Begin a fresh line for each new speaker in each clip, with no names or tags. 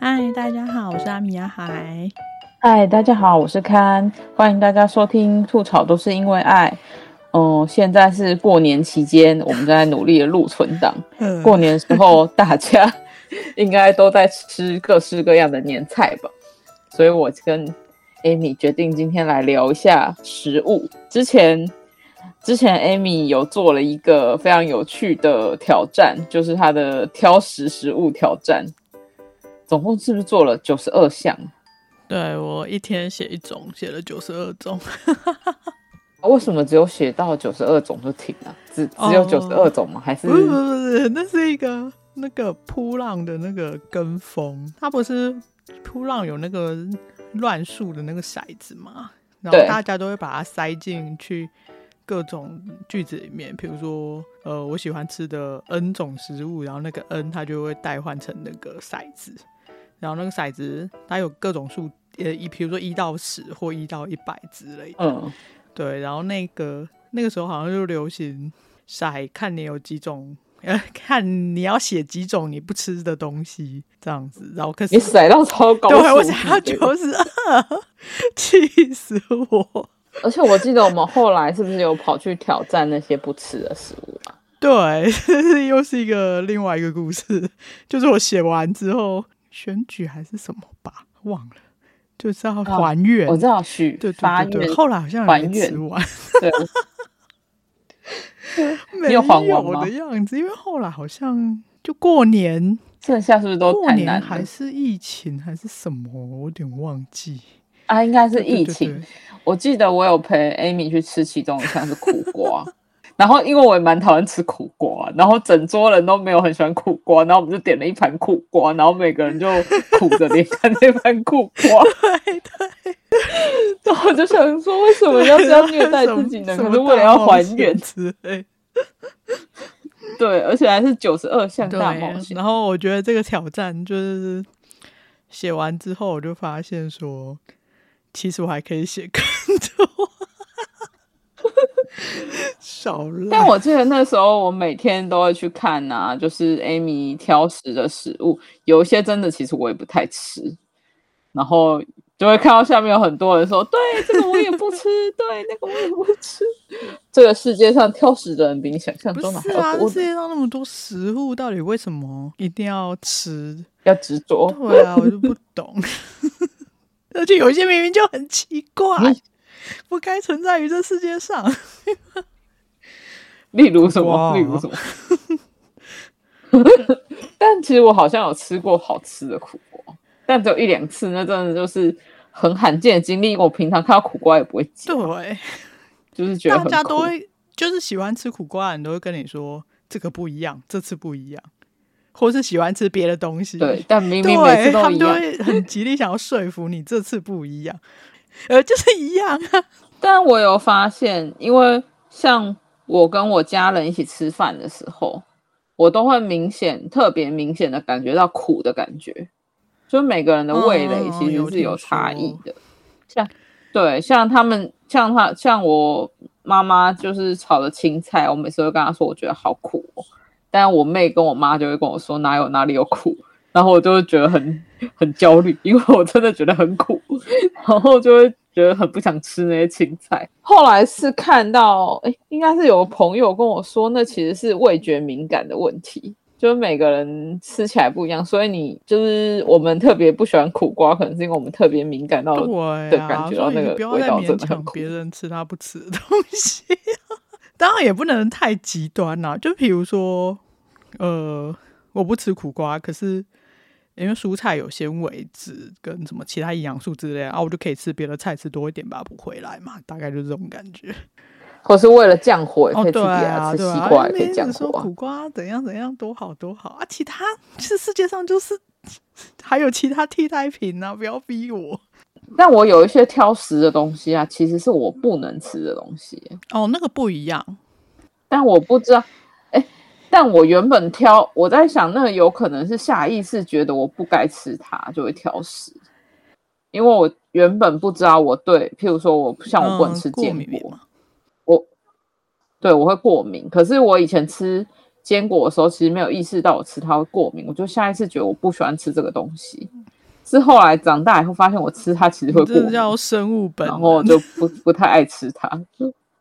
嗨，大家好，我是阿米亚海。
嗨，大家好，我是康，欢迎大家收听《吐槽都是因为爱》。哦、现在是过年期间，我们在努力的录存档。
呃
过年时候，大家 应该都在吃各式各样的年菜吧？所以我跟 Amy 决定今天来聊一下食物。之前，之前 Amy 有做了一个非常有趣的挑战，就是她的挑食食物挑战，总共是不是做了九十二项？
对我一天写一种，写了九十二种。
啊为什么只有写到九十二种就停了、只只有
哦嗯
九十二种吗？还是
不是不是不是，那是一个那个扑浪的那个跟风，它不是扑浪有那个乱数的那个骰子嘛，然后
对
大家都会把它塞进去各种句子里面，比如说呃，我喜欢吃的 n 种食物，然后那个 n 它就会代换成那个骰子，然后那个骰子它有各种数，呃，一比如说一到十或一到一百之类的。
嗯
对，然后那个那个时候好像就流行骰，看你有几种，呃，看你要写几种你不吃的东西这样子。然后可是
你，甩到超高
对我
数
想要
对
九 十二， 气死我！
而且我记得我们后来是不是有跑去挑战那些不吃的食物啊？
对， 这是又是一个另外一个故事，就是我写完之后，选举还是什么吧，忘了，就是要
啊
还愿。
我知道许
对
发
对
愿
对对，后来好像有
还
没
愿
吃完，
对，
没
有还完吗
的样子，因为后来好像就过年
剩下是不是都
过
太
年
难
还
了？
是疫情还是什么，我有点忘记。
啊，应该是
对对
疫
对
情。
对
我记得我有陪 Amy 去吃其中一项是苦瓜，然后因为我也蛮讨厌吃苦瓜，然后整桌人都没有很喜欢苦瓜，然后我们就点了一盘苦瓜，然后每个人就苦着脸 看那盘苦瓜。
对对，
然后我就想说，为什么要这样虐待自己呢？
什么
可是为了要还原，
之类。
对，而且还是九十二项大
对，
冒
啊
险。
然后我觉得这个挑战就是写完之后，我就发现说，其实我还可以写更多，少了。
但我记得那时候我每天都会去看啊，就是 Amy 挑食的食物，有一些真的其实我也不太吃，然后就会看到下面有很多人说，对，这个我也不吃，对，那个我也不吃。这个世界上挑食的人比你想象
不
中的还
是啊，
要多
这世，界上那么多食物，到底为什么一定要吃？
要执着。
对啊，我就不 懂。而且有一些明明就很奇怪
嗯，
不该存在于这世界 上。
例如什么？
哇
例如什么？ 但其实我好像有吃过好吃的苦瓜，但只有一两次，那真的就是很罕见的经历。因为我平常看到苦瓜也不会夹，
对，
就是啊觉得
大
很
家都
苦
会，就是喜欢吃苦瓜的人都会跟你说这个不一样，这次不一样，或是喜欢吃别的东西。
对，但明明每
对，
次
他
都
们
一
就
样。
会很极力想要说服你这次不一样，呃，就是一样啊。
但我有发现，因为像我跟我家人一起吃饭的时候，我都会明显、特别明显的感觉到苦的感觉，就每个人的味蕾
哦
其
有
实是
听
有差
说
异的。像对，像他们，像他，像我妈妈就是炒的青菜，我每次都跟她说，我觉得好苦、哦。但我妹跟我妈就会跟我说哪有哪里有苦，然后我就会觉得很很焦虑，因为我真的觉得很苦， 然后就会觉得很不想吃那些青菜。后来是看到，哎，应该是有朋友跟我说，那其实是味觉敏感的问题，就是每个人吃起来不一样，所以你就是我们特别不喜欢苦瓜，可能是因为我们特别敏感到
对
对
啊，
感觉
所
到
以
那
你
个
不要
味
再
道
勉
真的很
强
苦
别人吃他不吃的东西、啊 当然也不能太极端啦、就比如说，呃，我不吃苦瓜，可是因为蔬菜有纤维质跟什么其他营养素之类的啊，我就可以吃别的菜，吃多一点吧，补回来嘛，大概就是这种感觉。
或是为了降火，也可
哦，
以吃
对
别的、
啊，
吃
对
西
啊，
瓜也
那
可以
边
降
一直说
火啊、
苦瓜怎样怎样多好多好啊，其他这世界上就是 还有其他替代品啊，不要逼我。
但我有一些挑食的东西啊，其实是我不能吃的东西，
哦，那个不一样，
但我不知道，哎，但我原本挑，我在想，那有可能是下意识觉得我不该吃它，就会挑食，因为我原本不知道我对，譬如说我像我不
嗯
能吃
过
坚
敏
果，
嘛
对我会过敏，可是我以前吃坚果的时候，其实没有意识到我吃它会过敏，我就下意识觉得我不喜欢吃这个东西，是后来长大以后发现我吃它其实会过
这
敏，
叫生物本
然后我
能，
就不不太爱吃它。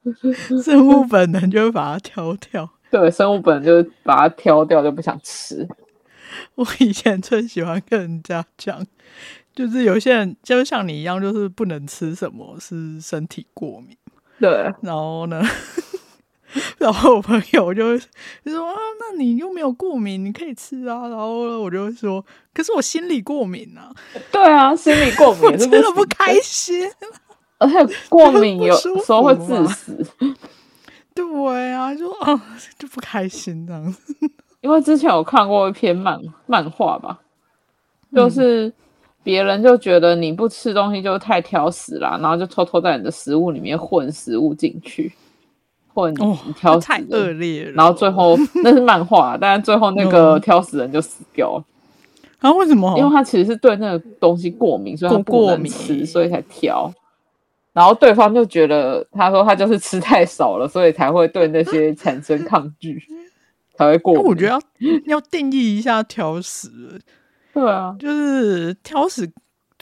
生物本能就会把它挑掉。
对，生物本能就是把它挑掉，就不想吃。
我以前最喜欢跟人家讲，就是有些人就像你一样，就是不能吃什么是身体过敏。
对，
然后呢， 然后我朋友就会就说啊，那你又没有过敏，你可以吃啊。然后呢，我就会说，可是我心里过敏啊，
对啊，心里过敏
我
也是
真
不
的
行
不
的
开心。
而且过敏有
不舒服啊
时候会致
嘛
死，
对啊，就啊 就不开心这样子。
因为之前有看过一篇漫漫画吧，
嗯
就是别人就觉得你不吃东西就太挑食啦，然后就偷偷在你的食物里面混食物进去，混
哦
你挑，食
太
的
恶劣了。
然后最后那是漫画，但是最后那个
嗯
挑食人就死掉了，
啊，为什么？
因为他其实是对那个东西过敏，所以他
过
不
过
能
敏
吃，所以才挑。然后对方就觉得，他说他就是吃太少了，所以才会对那些产生抗 拒，才会过
因为
敏。
我觉得要
嗯
要定义一下挑食，
对啊，
就是挑食。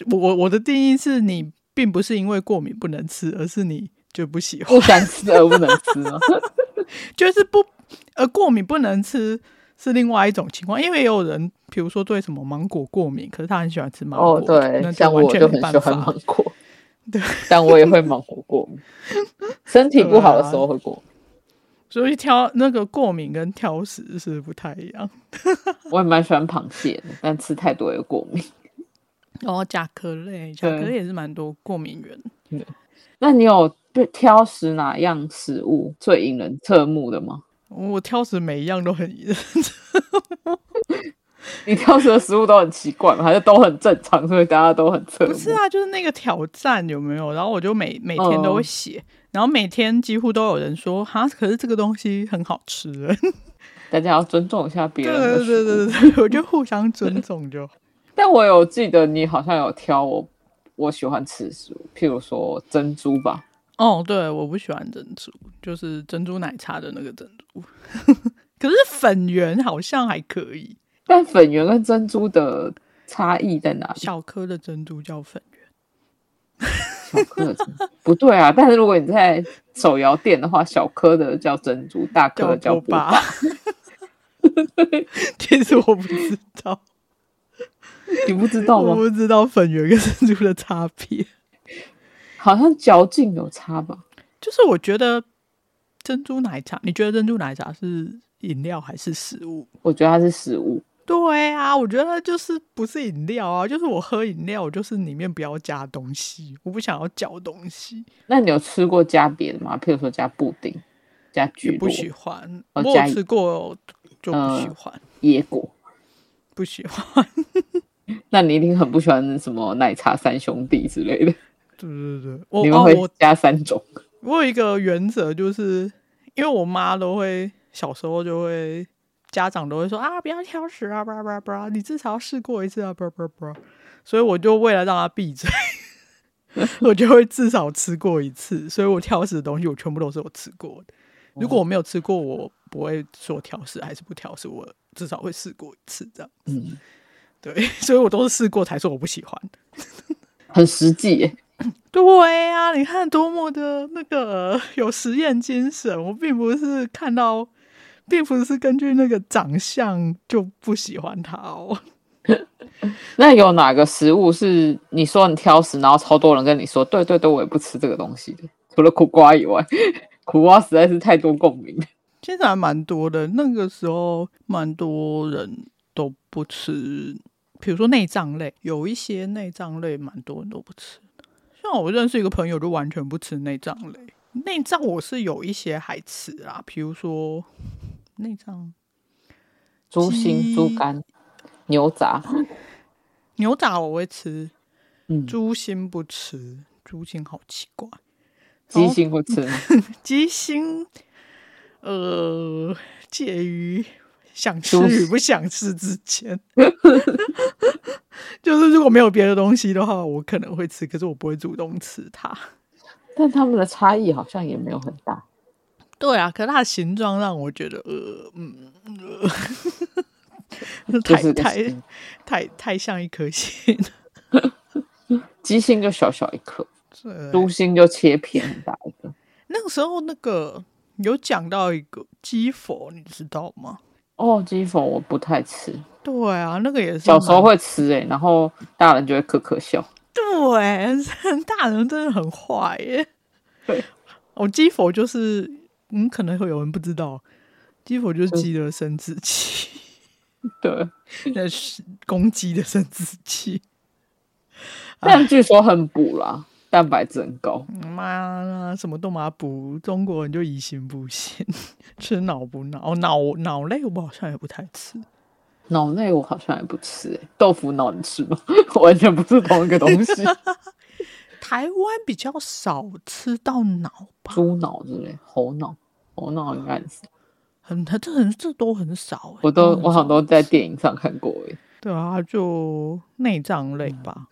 我我我的定义是你并不是因为过敏不能吃，而是你就不喜欢
不，想吃而不能吃啊吗？
就是不呃过敏不能吃是另外一种情况，因为也有人比如说对什么芒果过敏，可是他很喜欢吃芒果，
哦，对，
那
像
完
我
全
就
没
很
办
喜欢
法
芒。果，
对，
但我也会芒果过 敏，身体不好的时候会过敏。
所以挑那个过敏跟挑食是不太一样。啊
我也蛮喜欢螃蟹的，但吃太多也过敏。
然后哦甲壳类，甲壳
对
类也是蛮多过敏源。
那你有对挑食哪样食物最引人侧目的吗？
我挑食每一样都很
你挑食的食物都很奇怪吗？还是都很正常，所以大家都很侧目？
不是啊，就是那个挑战有没有？然后我就每每天都会写，然后每天几乎都有人说哈，可是这个东西很好吃。
大家要尊重一下别
对
人的
对
食
对
物。
对对对，我就互相尊重就好。
但我有记得你好像有挑我我喜欢吃的食物，譬如说珍珠吧。
哦，对，我不喜欢珍珠，就是珍珠奶茶的那个珍珠。 可是粉圆好像还可以，
但粉圆跟珍珠的差异在哪里？
小颗的珍珠叫粉圆。
小颗 的珍珠不对啊，但是如果你在手摇店的话，小颗的叫珍珠，大颗的叫
波
波霸。
霸。 其实我不知道，
你不知道
我
吗？
不知道粉圆跟珍珠的差别。
好像嚼劲有差吧？
就是我觉得珍珠奶茶，你觉得珍珠奶茶是饮料还是食物？
我觉得它是食物，
对啊，我觉得就是不是饮料啊，就是我喝饮料，我就是里面不要加东西，我不想要嚼东西，
那你有吃过加别的吗？譬如说加布丁、加
也
菊
不
络、
喜欢。
哦
我有
加一嗯
吃过，就不喜欢，
椰果？
不喜欢。
那你一定很不喜欢什么奶茶三兄弟之类的，
对对对，我
你们
哦，
会
我
加三种。
我有一个原则，就是因为我妈都会小时候就会，家长都会说啊，不要挑食啊，叭叭叭，你至少要试过一次啊，叭叭叭。所以我就为了让她闭嘴， 我就会至少吃过一次。所以我挑食的东西，我全部都是我吃过的。如果我没有吃过，我不会说挑食还是不挑食，我至少会试过一次这样。
嗯，
对， 所以我都是试过才说我不喜欢。
很实际耶。
对呀、你看多么的那个有实验精神。我并不是看到，并不是根据那个长相就不喜欢他哦。
那有哪个食物是你说你挑食，然后超多人跟你说，对对对，我也不吃这个东西的，除了苦瓜以外， 苦瓜实在是太多共鸣了。
其实还蛮多的，那个时候蛮多人都不吃，比如说内脏类，有一些内脏类蛮多人都不吃。像我认识一个朋友就完全不吃内脏类，内脏我是有一些还吃啦，比如说内脏
猪心、猪
鸡
肝、牛杂，
牛杂我会吃，
嗯，
猪心不吃，猪心好奇怪。
鸡心会吃吗？
鸡心，呃，介于想吃
猪
与不想吃之间。 就是如果没有别的东西的话，我可能会吃，可是我不会主动吃它。
但它们的差异好像也没有很大。
对啊，可是它的形状让我觉得，呃，嗯，呃 太
是个
太
心
太太像一颗心。
鸡心就小小一颗，
对
猪心就切片很大一个。
那个时候那个有讲到一个鸡佛，你知道吗？
哦，鸡粉我不太吃，
对啊，那个也是
小时候
蛮
会吃诶、然后大人就会咯咯笑。
对，大人真的很坏耶。
对，
我鸡佛就是，嗯，可能会有人不知道，鸡佛就是鸡的生殖器，
对，
那是公鸡的生殖器。
但据说很补啦，蛋白质很高。
妈啦，什么都麻补，中国人就疑心不信， 吃脑补脑哦脑脑类，我好像也不太吃。
脑内我好像也不吃、欸，豆腐脑你吃吗？ 完全不是同一个东西，
台湾比较少吃到脑吧，
猪脑之类，猴脑，猴脑应该很少
很这很这都很少欸、
我都我好
很少
像都在电影上看过、欸，
对啊，就内脏类
嗯
吧，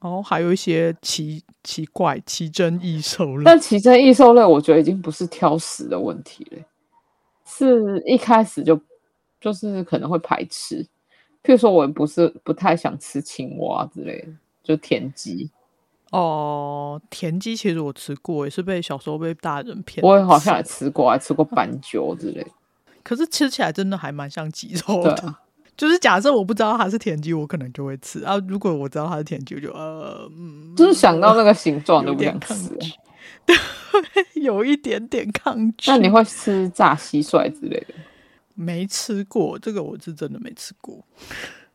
然后还有一些奇奇怪奇珍异兽类
但奇珍异兽类，我觉得已经不是挑食的问题了，欸是一开始就就是可能会排斥。譬如说，我不是不太想吃青蛙之类的，就田鸡，
哦。田鸡其实我吃过，也是被小时候被大人骗。
我也好像也，吃过，啊还吃过斑鸠之类的。
可是吃起来真的还蛮像鸡肉
对
的。
啊，
就是假设我不知道它是田鸡，我可能就会吃啊。如果我知道它是田鸡，我就呃，嗯，
就是想到那个形状就
有
不
点
想
抗
吃了。啊
拒，对，有一点点抗拒。
那你会吃炸蟋蟀之类的？
没吃过这个，我是真的没吃过。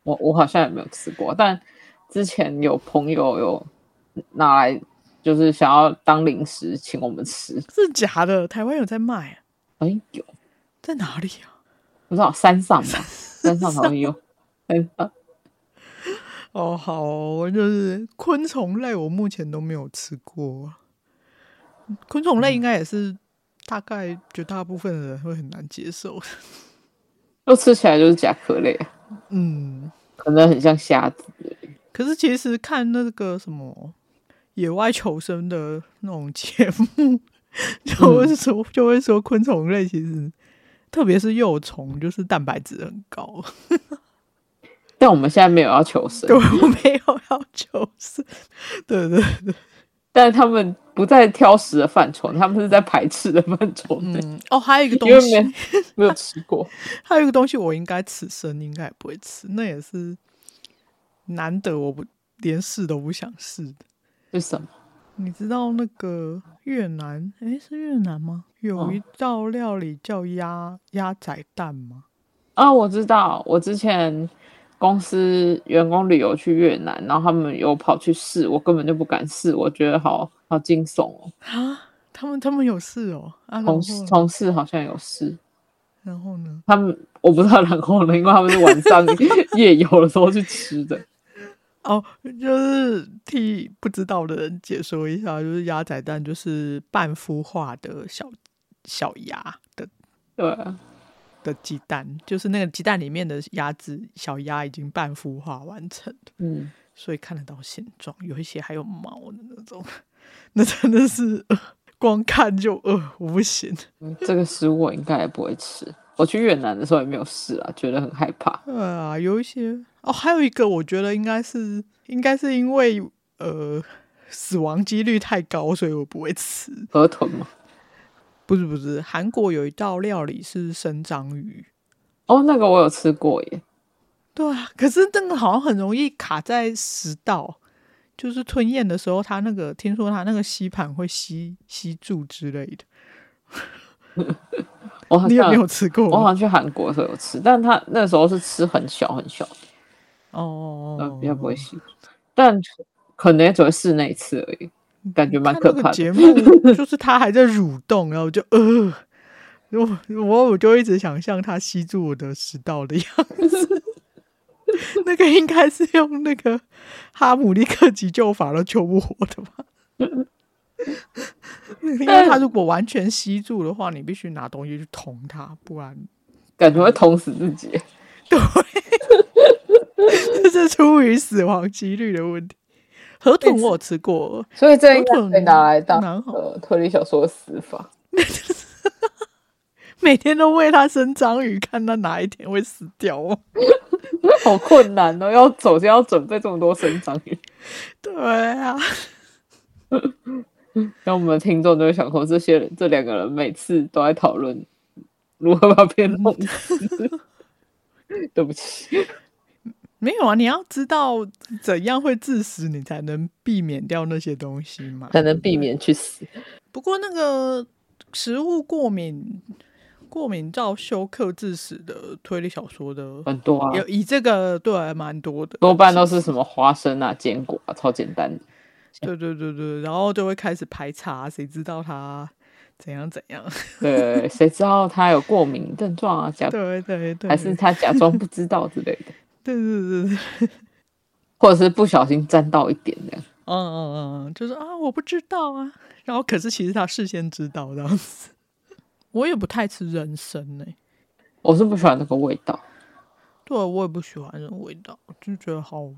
我我好像也没有吃过，但之前有朋友有拿来，就是想要当零食请我们吃。
是假的，台湾有在卖、啊，
哎、有，
在哪里啊？
不知道山上嘛，山上好 像有。哎啊山上
哦，好哦，我就是昆虫类，我目前都没有吃过。啊昆虫类应该也是大概绝大部分的人会很难接受 的。
就吃起来就是甲壳类，
嗯，
可能很像虾子。
可是其实看那个什么野外求生的那种节目， 就会说、就会说昆虫类其实，特别是幼虫，就是蛋白质很高。
但我们现在没有要求生
对，，我没有要求生， 对对对，
但是他们不在挑食的范畴，他们是在排斥的范畴内，
嗯，哦，还有一个东
因为
西，
没没有吃过。
还有一个东西，我应该此生应该也不会吃，那也是难得我不连试都不想试的。
是什么？
你知道那个越南？诶，是越南吗？有
嗯
一道料理叫鸭鸭仔蛋吗？
啊，我知道，我之前公司员工旅游去越南，然后他们有跑去试，我根本就不敢试，我觉得好好惊悚哦。
啊，他们他们有事哦啊，然后
同
呢
同事好像有试，
然后呢？
他们我不知道然后呢，因为他们是晚上 夜游的时候去吃的。
哦，就是替不知道的人解说一下，就是鸭仔蛋就是半孵化的小小鸭的
对啊，
的鸡蛋，就是那个鸡蛋里面的鸭子小鸭已经半孵化完成了
嗯，
所以看得到形状，有一些还有毛的那种， 那真的是、呃、光看就呃，我不行。
这个食物我应该也不会吃。我去越南的时候也没有试啊，觉得很害怕。
对啊，有一些哦，还有一个我觉得应该是应该是因为呃死亡几率太高，所以我不会吃。
河豚嘛，
不是不是，韩国有一道料理是生章鱼。
哦，那个我有吃过耶。
对啊，可是那个好像很容易卡在食道，就是吞咽的时候，它那个听说它那个吸盘会吸吸住之类的。
我好
你有
像
没有吃过？
我好像去韩国的时候有吃，但他那时候是吃很小很小的呃，
哦，
比较不会吸，但可能也只会试那一次而已，感觉蛮
看
可
嗯那个
怕的。
节目就是它还在蠕动，然后我就呃，我我我就一直想象它吸住我的食道的样子。 那个应该是用那个哈姆立克急救法都救不活的吧？ 因为
哎
它如果完全吸住的话，你必须拿东西去捅它，不然
感觉会捅死自己。
这是出于死亡几率的问题。河
哎
豚我有吃过，
所以这
应
应
该可
该可
以
以
拿
拿
来
来
当
当
蛮好
呃推理小说的死法。
每天都喂它生章鱼，看它哪一天会死掉哦。
好困难哦，要首先要准备这么多生章鱼，
对啊，
然后我们的听众就会想说，这些人这两个人每次都在讨论如何把别人弄
嗯
死。 对不起，
没有啊，你要知道怎样会致死，你才能避免掉那些东西嘛。
才能避免去死。
不过那个食物过敏、过敏照休克致死的推理小说的，
很多啊，
有以这个对还蛮多的，
多半都是什么花生啊、坚果啊，超简单的。
对对对对，然后就会开始排查，谁知道他怎样怎 样？
对，谁知道他有过敏症状啊？假
对对对，
还是他假装不知道之类的，
对对对对，
或者是不小心沾到一点这样。
嗯嗯嗯，就是啊，我不知道啊，然后可是其实他事先知道这样子。 我也不太吃人参呢、
我是不喜欢那个味道，
对啊我也不喜欢那种味道，就觉得好。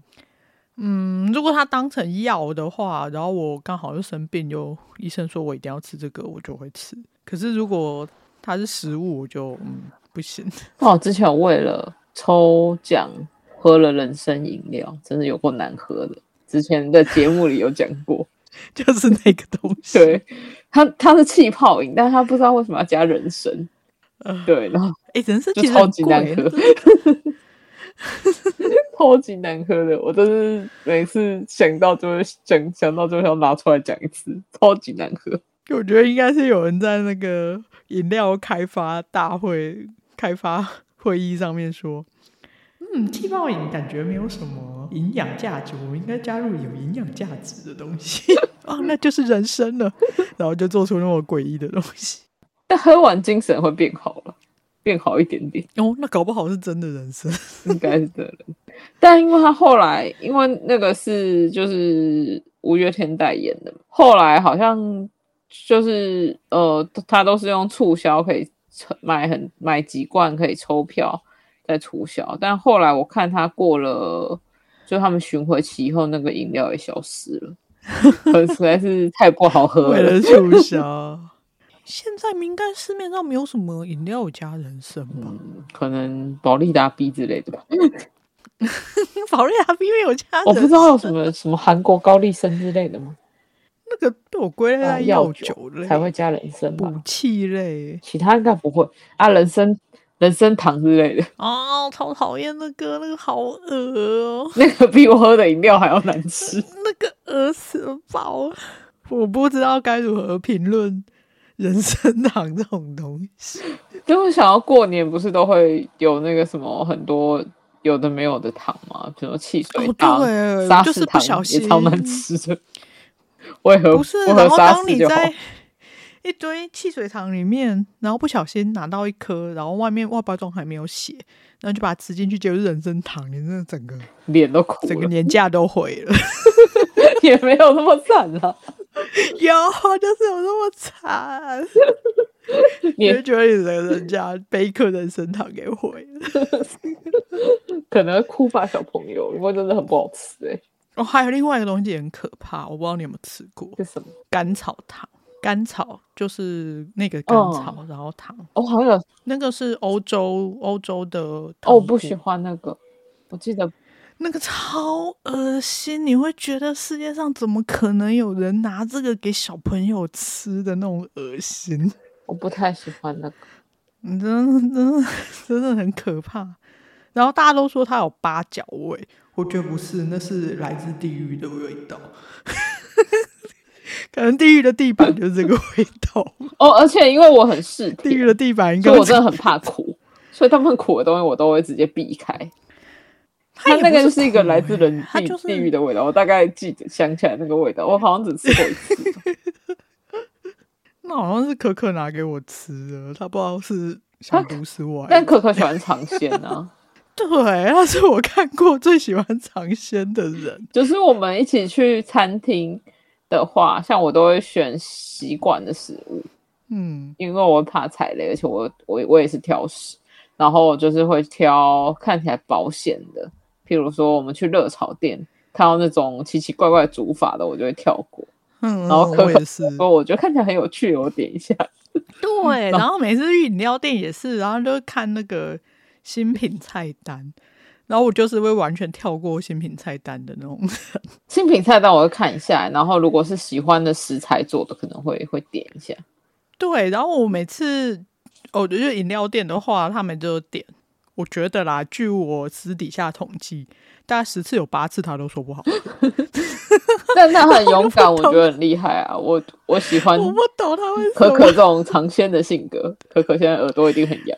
嗯，如果它当成药的话，然后我刚好又生病，又医生说我一定要吃这个，我就会吃。可是如果它是食物，我就嗯不行。
那我之前有为了抽奖喝了人参饮料，真的有够难喝的。之前的节目里有讲过，
就是那个东西。
对， 它它是气泡饮，但是它不知道为什么要加人参，
呃，
对，然后
哎、人参
就
其实
超
很
级难
贵
喝，超级难喝的。我真是每次想到就会想想到就想拿出来讲一次，超级难喝。
我觉得应该是有人在那个饮料开发大会、开发 会议上面说，嗯，气泡饮感觉没有什么营养价值，我们应该加入有营养价值的东西。 啊，那就是人参了。然后就做出那么诡异的东西。
但喝完精神会变好了，变好一点点，
哦，那搞不好是真的人参。
应该是这样。但因为他后来，因为那个是就是五月天代言的嘛，后来好像就是呃，他都是用促销可以抽买很买几罐可以抽票再促销，但后来我看他过了，就他们巡回期以后，那个饮料也消失了。可能实在是太不好喝
为
了
了，促销， 现在应该市面上没有什么饮料有加人参吧？
嗯，可能保利达 B 之类的吧。
保利达冰没有加人参，
我不知道有什么什么韩国高丽参之类的吗？
那个被我归类
啊
在
药
药
酒
酒类、
才会加人参吧，
补气类。
其他应该不会啊。人参、人参糖之类的，
哦，超讨厌那个，那个好恶哦，
那个比我喝的饮料还要难 吃。
那个恶死爆！ 我不知道该如何评论人参糖这种东 西。
但我想要过年不是都会有那个什么很多有的没有的糖吗？比如说汽水
哦，
糖、
对，
沙
就
士
是不
糖
小
也
心
超难吃的。我也喝，
不是，
我呃喝
然后
沙
当
士
你
就好。
在一堆汽水糖里面，然后不小心拿到一颗，然后外面外包装还没有写，然后就把它吃进去，结果是人参糖，你真的整个
脸都苦
整个
了，
年假都毁了。
也没有那么惨啊。
有，就是有那么惨，
你
你就觉得你的人家被一颗人参糖给毁了。
可能会哭吧，小朋友，因为真的很不好吃哎、
哦，还有另外一个东西很可怕，我不知道你有没有吃过
是什么？
甘草糖。甘草就是那个甘草，然后糖，
哦，好像有
那个是欧洲欧洲的
哦，我不
行。
喜欢那个，我记得
那个超恶心，你会觉得世界上怎么可能有人拿这个给小朋友吃的那种恶心？
我不太喜欢那个。
你真的 真的真的很可怕。然后大家都说它有八角味，我觉得不是，那是来自地狱的味道。 可能地狱的地板就是这个味道，
哦，而且因为我很嗜
地狱
甜，
的地板应该
所以我真的很怕苦，所以大部分苦的东西我都会直接避 开。它
也
那
不
个
是
就是一个
苦
来自
欸
人
它
地
就是
地狱的味道，我大概记得想起来那个味道，我好像只吃过一 次。
那好像是可可拿给我吃的，他不知道是想毒死我还是
啊但可可喜欢尝鲜啊，
对，他是我看过最喜欢尝鲜的人。
就是我们一起去餐厅的话，像我都会选习惯的食物，
嗯，
因为我怕踩雷，而且我我我也是挑食，然后我就是会挑看起来保险的，譬如说我们去热炒店看到那种奇奇怪怪的煮法的，我就会跳过。
嗯，
然后可
我
可
也是。
不过我觉得看起来很有趣，我点一下。
对，然后每次去饮料店也是，然后就看那个新品菜单，然后我就是会完全跳过新品菜单的那种。
新品菜单我会看一下，然后如果是喜欢的食材做的，可能会会点一下。
对，然后我每次，哦，就是饮料店的话，他们就点，我觉得啦，据我私底下统计，大概十次有八次他都说不好，
但他很勇敢，我觉得很厉害啊！我我喜欢
我不懂他为
可
什
可
么。
这种尝鲜的性格，可可现在耳朵一定很痒。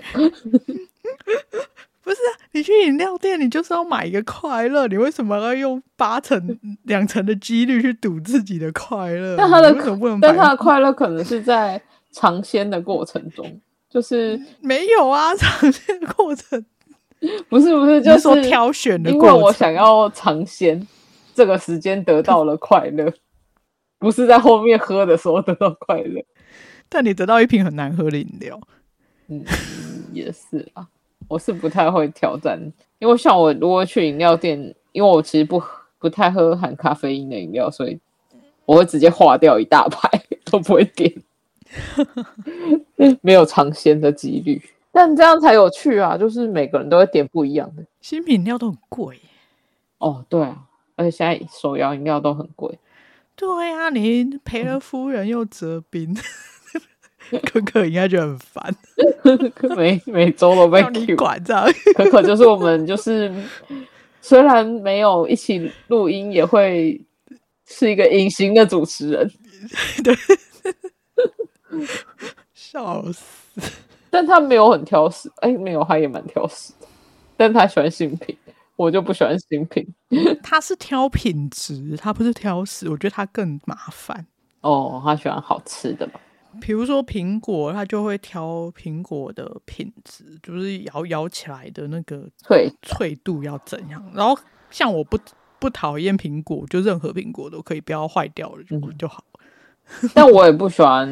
不是啊，你去饮料店，你就是要买一个快乐，你为什么要用八成、两成的几率去赌自己的快乐？
但他的
嗯你为什么不能
但
买？
他的快乐可能是在尝鲜的过程中， 就是
没有啊，尝鲜的过程，
不是不是，
你
就是
说挑选的
因
过
为
程。
我想要尝鲜，这个时间得到了快乐， 不是在后面喝的时候得到快乐。
但你得到一瓶很难喝的饮料，
也是啊，我是不太会挑战，因为像我如果去饮料店，因为我其实不喝不太喝含咖啡因的饮料，所以我会直接划掉一大排， 都不会 点，没有尝鲜的几率。但这样才有趣啊，就是每个人都会点不一样的。
新品饮料都很贵耶。
哦，对啊，而且现在手摇饮料都很贵。
对啊，你赔了夫人又折 兵，可可应该觉得很烦，
每每周都被
要你
Q，
管这样。
可可就是我们就是虽然没有一起录音，也会是一个隐形的主持人，
笑死！
但他没有很挑食，哎、没有，他也蛮挑食的，但他喜欢新品，我就不喜欢新品。
他是挑品质，他不是挑食，我觉得他更麻烦。
哦，他喜欢好吃的吧？
比如说苹果，他就会挑苹果的品质，就是咬咬起来的那个
脆
脆度要怎样。然后像我不不讨厌苹果，就任何苹果都可以，不要坏掉了就、就好。
但我也不喜欢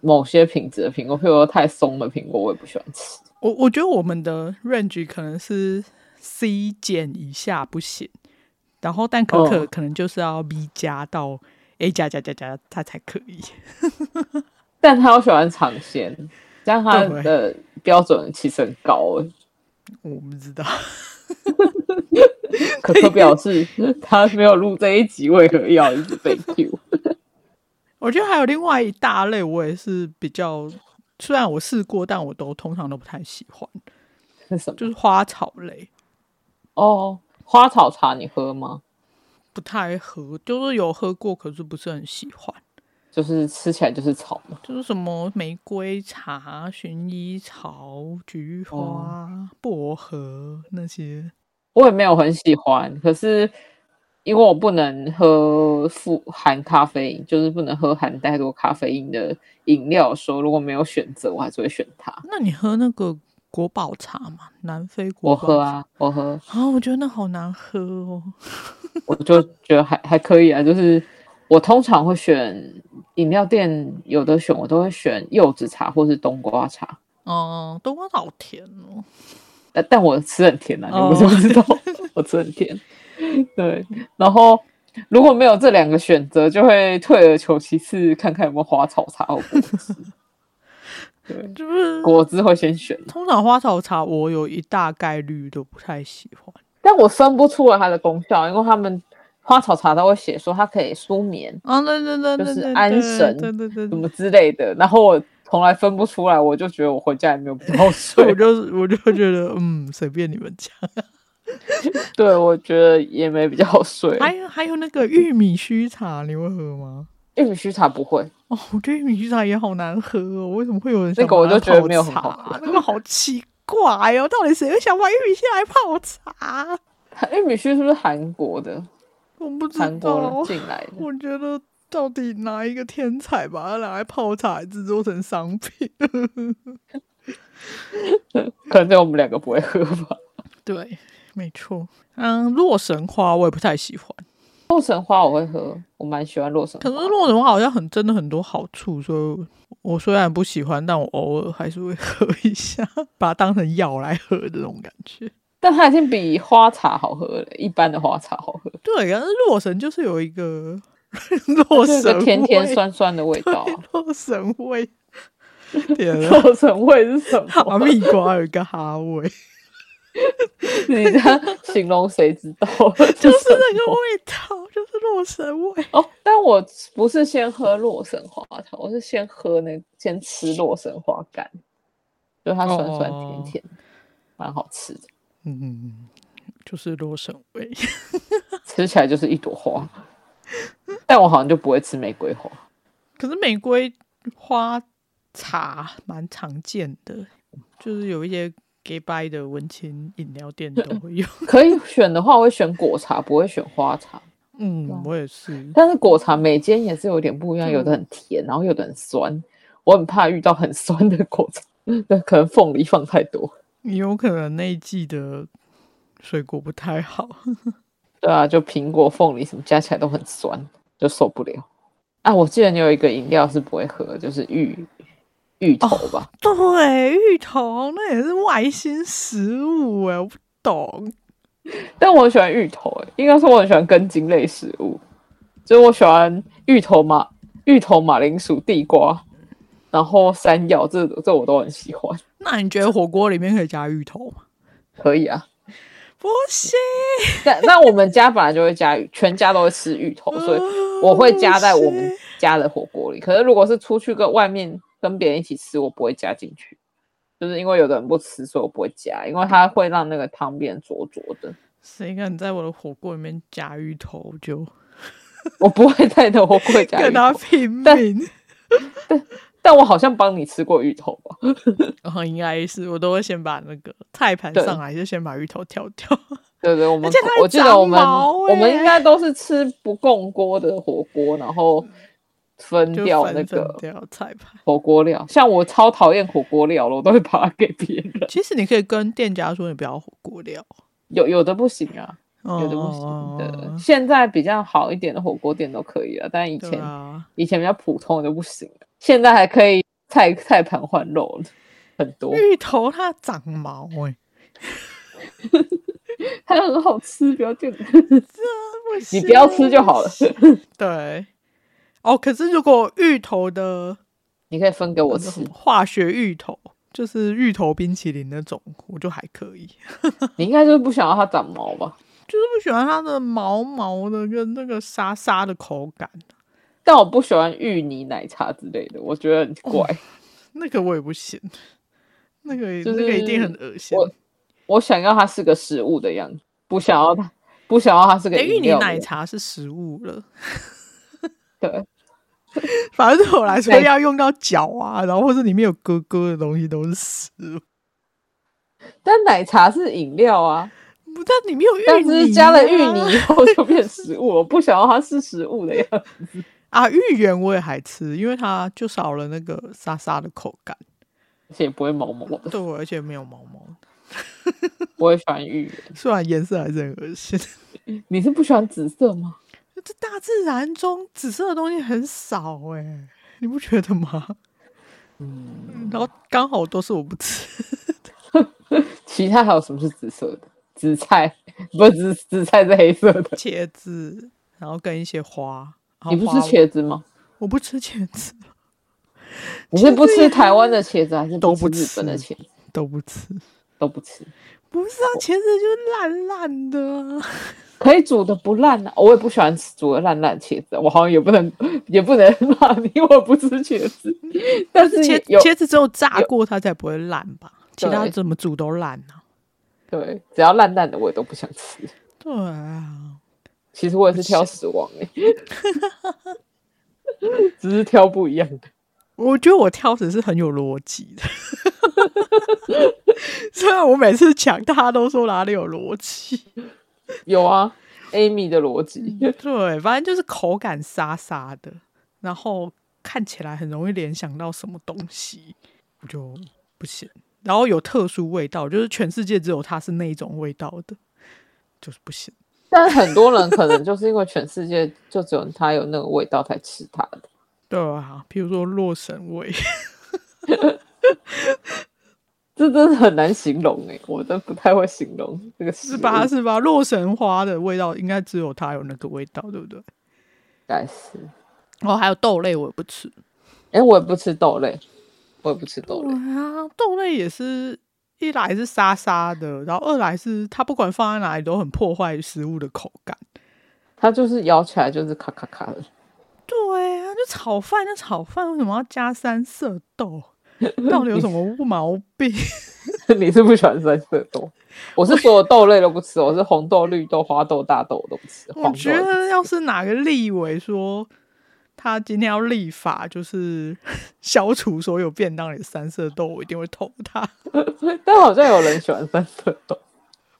某些品质的苹果，譬如说太松的苹果，我也不喜欢吃。
我我觉得我们的 range 可能是 C 减以下不行，然后但可可
哦
可能就是要 B 加到 A 加加加加，它才可以。
但他又喜欢尝鲜，这样他的标准其实很高哎。
我不知道，
可可表示他没有录这一集，为何要一直被 Q？
我觉得还有另外一大类，我也是比较，虽然我试过，但我都通常都不太喜欢，
是 什么？
就是花草类
哦，花草茶你喝吗？
不太喝，就是有喝过，可是不是很喜欢。
就是吃起来就是草嘛。
就是什么玫瑰茶、薰衣草、菊花、
哦
薄荷那些。
我也没有很喜欢，可是因为我不能喝富含咖啡因，就是不能喝含太多咖啡因的饮料的时候，如果没有选择，我还是会选它。
那你喝那个国宝茶嘛？南非国
我
宝
喝啊，我喝，
茶！啊，我觉得那好难喝哦。
我就觉得还还可以啊。就是我通常会选饮料店，有的选我都会选柚子茶或是冬瓜茶，
哦、冬瓜好甜哦。
但但我吃很甜啊，你
哦
们知不知道？ 我吃很甜，对。然后如果没有这两个选择，就会退而求其次，看看有没有花草茶或果汁。对，
就是
果汁会先选，
通常花草茶，我有一大概率都不太喜欢。
但我分不出来它的功效，因为他们花草茶都会写说它可以舒眠
啊，对对对对
就是
对，
安
对
神
对对对
什
对。
么之类的，然后我从来分不出来，我就觉得我回家也没有必要
所以我
睡。
就我就觉得，嗯，随便你们讲。
对，我觉得也没比较睡。
还有还有那个玉米须茶，你会喝吗？
玉米须茶不会，
哦，我觉得玉米须茶也好难喝哦，为什么会有人
那
想
个
把
我
它
就觉得
泡
没有很
茶
好喝
那个好奇怪哦，到底谁会想把玉米须来泡茶？
玉米须是不是韩国的？
我不知
韩
道
国，进来 的？
我觉得到底哪一个天才把它拿来泡茶制作成商品？
可能就我们两个不会喝吧。
对，没错。嗯，洛神花我也不太喜欢，
洛神花我会喝，我蛮喜欢洛神花
可是。洛神花好像很真的很多好处，所以我虽然不喜欢，但我偶尔还是会喝一下，把它当成药来喝的那种感觉。
但它已经比花茶好喝了，一般的花茶好 喝，
对，可是洛神就是有一个 洛
就有一
神
个甜甜
味，
酸酸的味道啊。
洛神 味，天啊， 啊
洛神味是什
哈
么？
密瓜有一个哈味，
你这样形容谁知 道？
就
就是
那个味道，就是洛神味。
哦，但我不是先喝洛神花茶，我是先喝那先吃洛神花干，就它酸酸甜甜，蛮好吃的，
嗯，就是洛神味。
吃起来就是一朵花。但我好像就不会吃玫瑰花，
可是玫瑰花茶蛮常见的，就是有一些 gay bye 的文青饮料店都会 有。
可以选的话我会选果茶，不会选花茶。
嗯，我也是。
但是果茶每间也是有点不一样，
嗯
有的很甜，然后有的很酸。我很怕遇到很酸的果茶， 那可能凤梨放太多。
有可能那一季的水果不太好。
对啊，就苹果、凤梨什么加起来都很酸，就受不了。啊，我记得你有一个饮料是不会喝的，就是芋芋头吧？
哦对，芋头那也是外星食物哎，我不懂。
但我很喜欢芋头、欸，应该说我很喜欢根茎类食物，就是我喜欢芋头马、芋头、马铃薯、地瓜，然后山药，这这我都很喜欢。
那你觉得火锅里面可以加芋头吗？
可以啊，
不行，
但但我们家本来就会加芋，全家都会吃芋头，哦所以我会加在我们家的火锅里。可是如果是出去跟外面跟别人一起吃，我不会加进去，就是因为有的人不吃，所以我不会加，因为它会让那个汤变浊浊的。
谁敢在我的火锅里面加芋头，就
我不会在的火锅里加
跟
芋
他
头，
拼命。
但我好像帮你吃过芋头吧？
然哦后应该是我都会先把那个菜盘
对
上来，就先把芋头挑掉。
对对，我们
而且它还
我记得我们、
长毛欸
我们应该都是吃不共锅的火锅，然后分
就
掉
分
那
分
个
掉菜盘。
火锅料。像我超讨厌火锅料了，我都会把它给别人。
其实你可以跟店家说你不要火锅料，
有有的不行啊，
有
有的不
哦
行的。现在比较好一点的火锅店都可以了，但以
对
前、
啊，
以前比较普通的就不行了。现在还可以菜菜盘换肉了，很多，
芋头它长毛哎、
它很好吃，不要这样。
不
你不要吃就好了
行。对，哦，可是如果芋头的
你可以分给我
那个什
吃
么，化学芋头，就是芋头冰淇淋那种，我就还可以，
你应该就是不想要它长毛吧？
就是不喜欢它的毛毛的跟那个沙沙的口感，
但我不喜欢芋泥奶茶之类的，我觉得很怪。
哦那个我也不行，那个也、
就是
那个一定很恶心。
我我想要它是个食物的样子，不想要它，不想要它是个
哎等芋
饮
泥
料的
奶
样子。
茶是食物了，
对，
反正对我来说
对
要用到脚啊，然后或是里面有咯咯的东西都是食物。
但奶茶是饮料啊。
不但里面有芋泥、啊，
但是加了芋泥以后就变食物，我不想要它是食物的样子。
啊，芋圆我也还吃，因为它就少了那个沙沙的口感，
而 且也不会毛毛的，
对我而且没有毛毛，
我也喜欢芋圆。
虽然颜色还是很恶心。
你是不喜欢紫色吗？
这大自然中紫色的东西很少哎、你不觉得吗？ 嗯，然后刚好都是我不吃，
其他还有什么是紫色的？紫菜不是紫紫菜是黑色的。
茄子，然后跟一些花。然后
你不
花
吃茄子吗？
我不吃茄子，
你是不吃台湾的茄子，还是
都
不
不
吃日本的
吃
茄子？
都不吃。
都不吃，
不是啊，茄子就是烂烂的、啊。
可以煮的不烂啊。我也不喜欢吃煮的烂烂茄子，我好像也不能也不能骂你，我不吃茄子。但是
茄
有
茄子只有炸过它才不会烂吧？其他
对
怎么煮都烂啊。
对，只要烂烂的我也都不想吃。
对啊，
其实我也是挑死亡哎、只是挑不一样的。
我觉得我挑食是很有逻辑的， 虽然我每次讲大家都说哪里有逻辑，
有啊，Amy 的逻辑，
对，反正就是口感沙沙的，然后看起来很容易联想到什么东西，我就不行。然后有特殊味道，就是全世界只有它是那一种味道的，就是不行。
但很多人可能就是因为全世界就只有它有那个味道才吃它的。
对啊，比如说洛神味，
这真的很难形容哎、我真不太会形容这个食
是
物
吧？是吧？洛神花的味道应该只有它有那个味道，对不对？
应该是，
然后还有豆类我也不吃，嗯
哎、我也不吃豆类，我也不吃豆类，
啊啊，豆类也是一来是沙沙的，然后二来是它不管放在哪里都很破坏食物的口感。
它就是咬起来就是咔咔咔的。
对啊，就炒饭就炒饭，为什么要加三色豆？到底有什 么毛病？
你是不喜欢三色豆？我是所有豆类都不吃，我是红豆、绿豆、花豆、大豆我都不吃。
我
黄豆
觉得要是哪个立委说他今天要立法，就是 消除所有便当里的三色豆，我一定会投他。
但好像有人喜欢三色豆，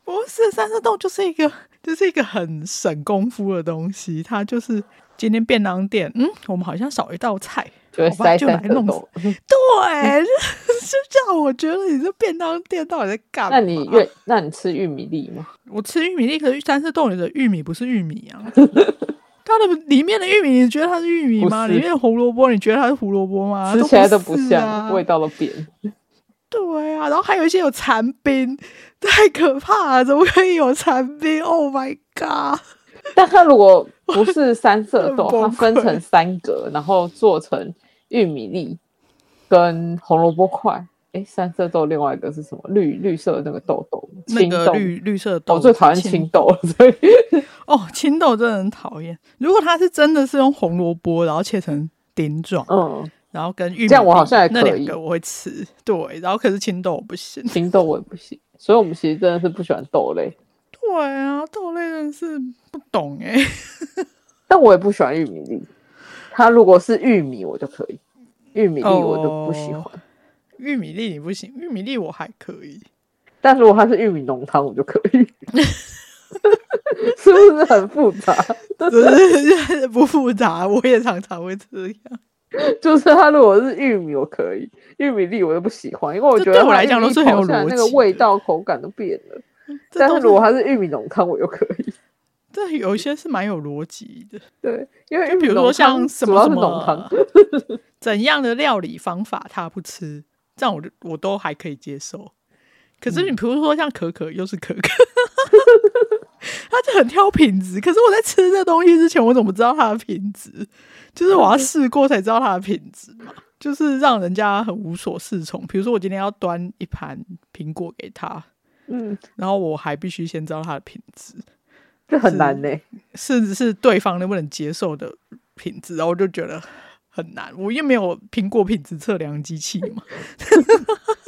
不是三色豆就是一个 就是一个很省功夫的东西，它就是今天便当店，嗯，我们好像少一道菜，
就会
好吧
塞
就来
三色
弄死
豆。
对，就就这样。我觉得你这便当店到底在干嘛？
那你越那你吃玉米粒吗？
我吃玉米粒，可是三色豆里的玉米不是玉米 啊。它的里面的玉米，你觉得它是玉米吗？
不
里
是
面的胡萝卜，你觉得它是胡萝卜吗？
吃起来都
不
不
是啊
像，味道都变。
对啊，然后还有一些有残冰，太可怕了！怎么可以有残冰？Oh my god！
但它如果不是三色
很
豆，它
崩
分
溃
成三格，然后做成玉米粒跟红萝卜块。哎，三色豆另外一个是什么？绿绿色的那个豆豆，
那
青
个
豆。
绿绿色的豆，
我最讨厌青豆了，所以
哦，青豆真的很讨厌。如果它是真的是用红萝卜，然后切成丁状，
嗯，
然后跟玉米，
这样我好像还可
那
以
两个我会吃，对，然后可是青豆我不行。
青豆我也不行。所以我们其实真的是不喜欢豆类，
对啊，豆类真的是不懂哎、
但我也不喜欢玉米粒。它如果是玉米，我就可以；玉米粒我就不喜欢。
哦 玉米粒你不行，玉米粒我还可 以。
但如果它是玉米浓汤，我就可 以。是不是很复杂？
就是 不复杂，我也常常会这样。
就是它如果是玉米，我可以；玉米粒我就不喜欢，因为我
这
觉得
对
它
我来讲
玉米
都是很有
烤起来
逻
那个
辑
味道、口感都变了。
这
但
都
是如果它是玉米浓汤，我又可以。
这有一些是蛮有逻辑的，
对，因为玉
比
米
如
浓
说
汤
像什
主
么啊
要
什
是浓
么
汤，
怎样的料理方法他不吃，这样我就我都还可以接受。可是你比如说像可可，又是可可， 他就很挑品质。可是我在吃这东西之前，我怎么知道它的品质？就是 我要试过才知道它的品质嘛，就是让人家很无所适从。比如说我今天要端一盘苹果给他，
嗯，
然后我还必须先知道它的品质，
这很难呢、
甚至是对方能不能接受的品质，然后我就觉得很难。我又没有苹果品质测量机器嘛，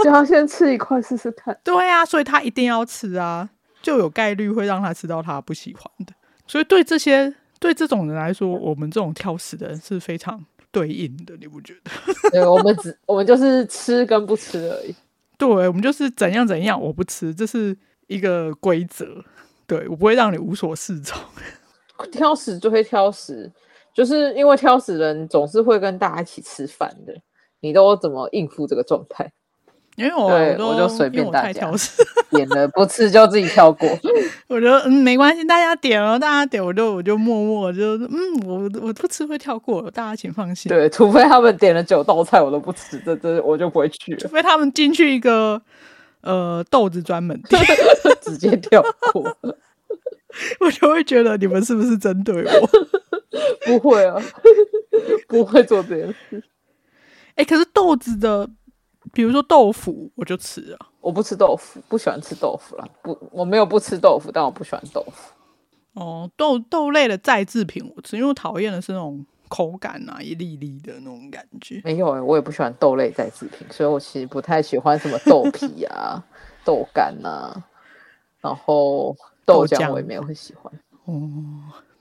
就要先吃一块试试看。
对啊，所以他一定要吃啊，就有概率会让他吃到他不喜欢的。所以对这些对这种人来说，我们这种挑食的人是非常对应的，你不觉得？
对，我们只我们就是吃跟不吃而已。
对，我们就是怎样怎样，我不吃，这是一个规则。对我不会让你无所适从。
挑食就会挑食，就是因为挑食人总是会跟大家一起吃饭的。你都怎么应付这个状态？
因为我
对
都
我就随便
因为我太
大家
挑食，
点了不吃就自己跳过。
我就嗯没关系，大家点了，大家点，我就我就默默就嗯，我我不吃会跳过，大家请放心。
对，除非他们点了九道菜我都不吃，这这我就不会去
除
了，
非他们进去一个呃豆子专门店，
直接跳过。
我就会觉得你们是不是针对我？
不会啊， 不会做这件事。
哎、可是豆子的，比如说豆腐，我就吃啊了。
我不吃豆腐，不喜欢吃豆腐啦。不，我没有不吃豆腐，但我不喜欢豆腐。
哦，豆豆类的再制品我吃，因为我讨厌的是那种口感啊，一粒粒的那种感觉。
没有、欸，我也不喜欢豆类再制品，所以我其实不太喜欢什么豆皮啊、豆干啊，然后
豆
豆浆
浆
我也没有很喜欢，
哦，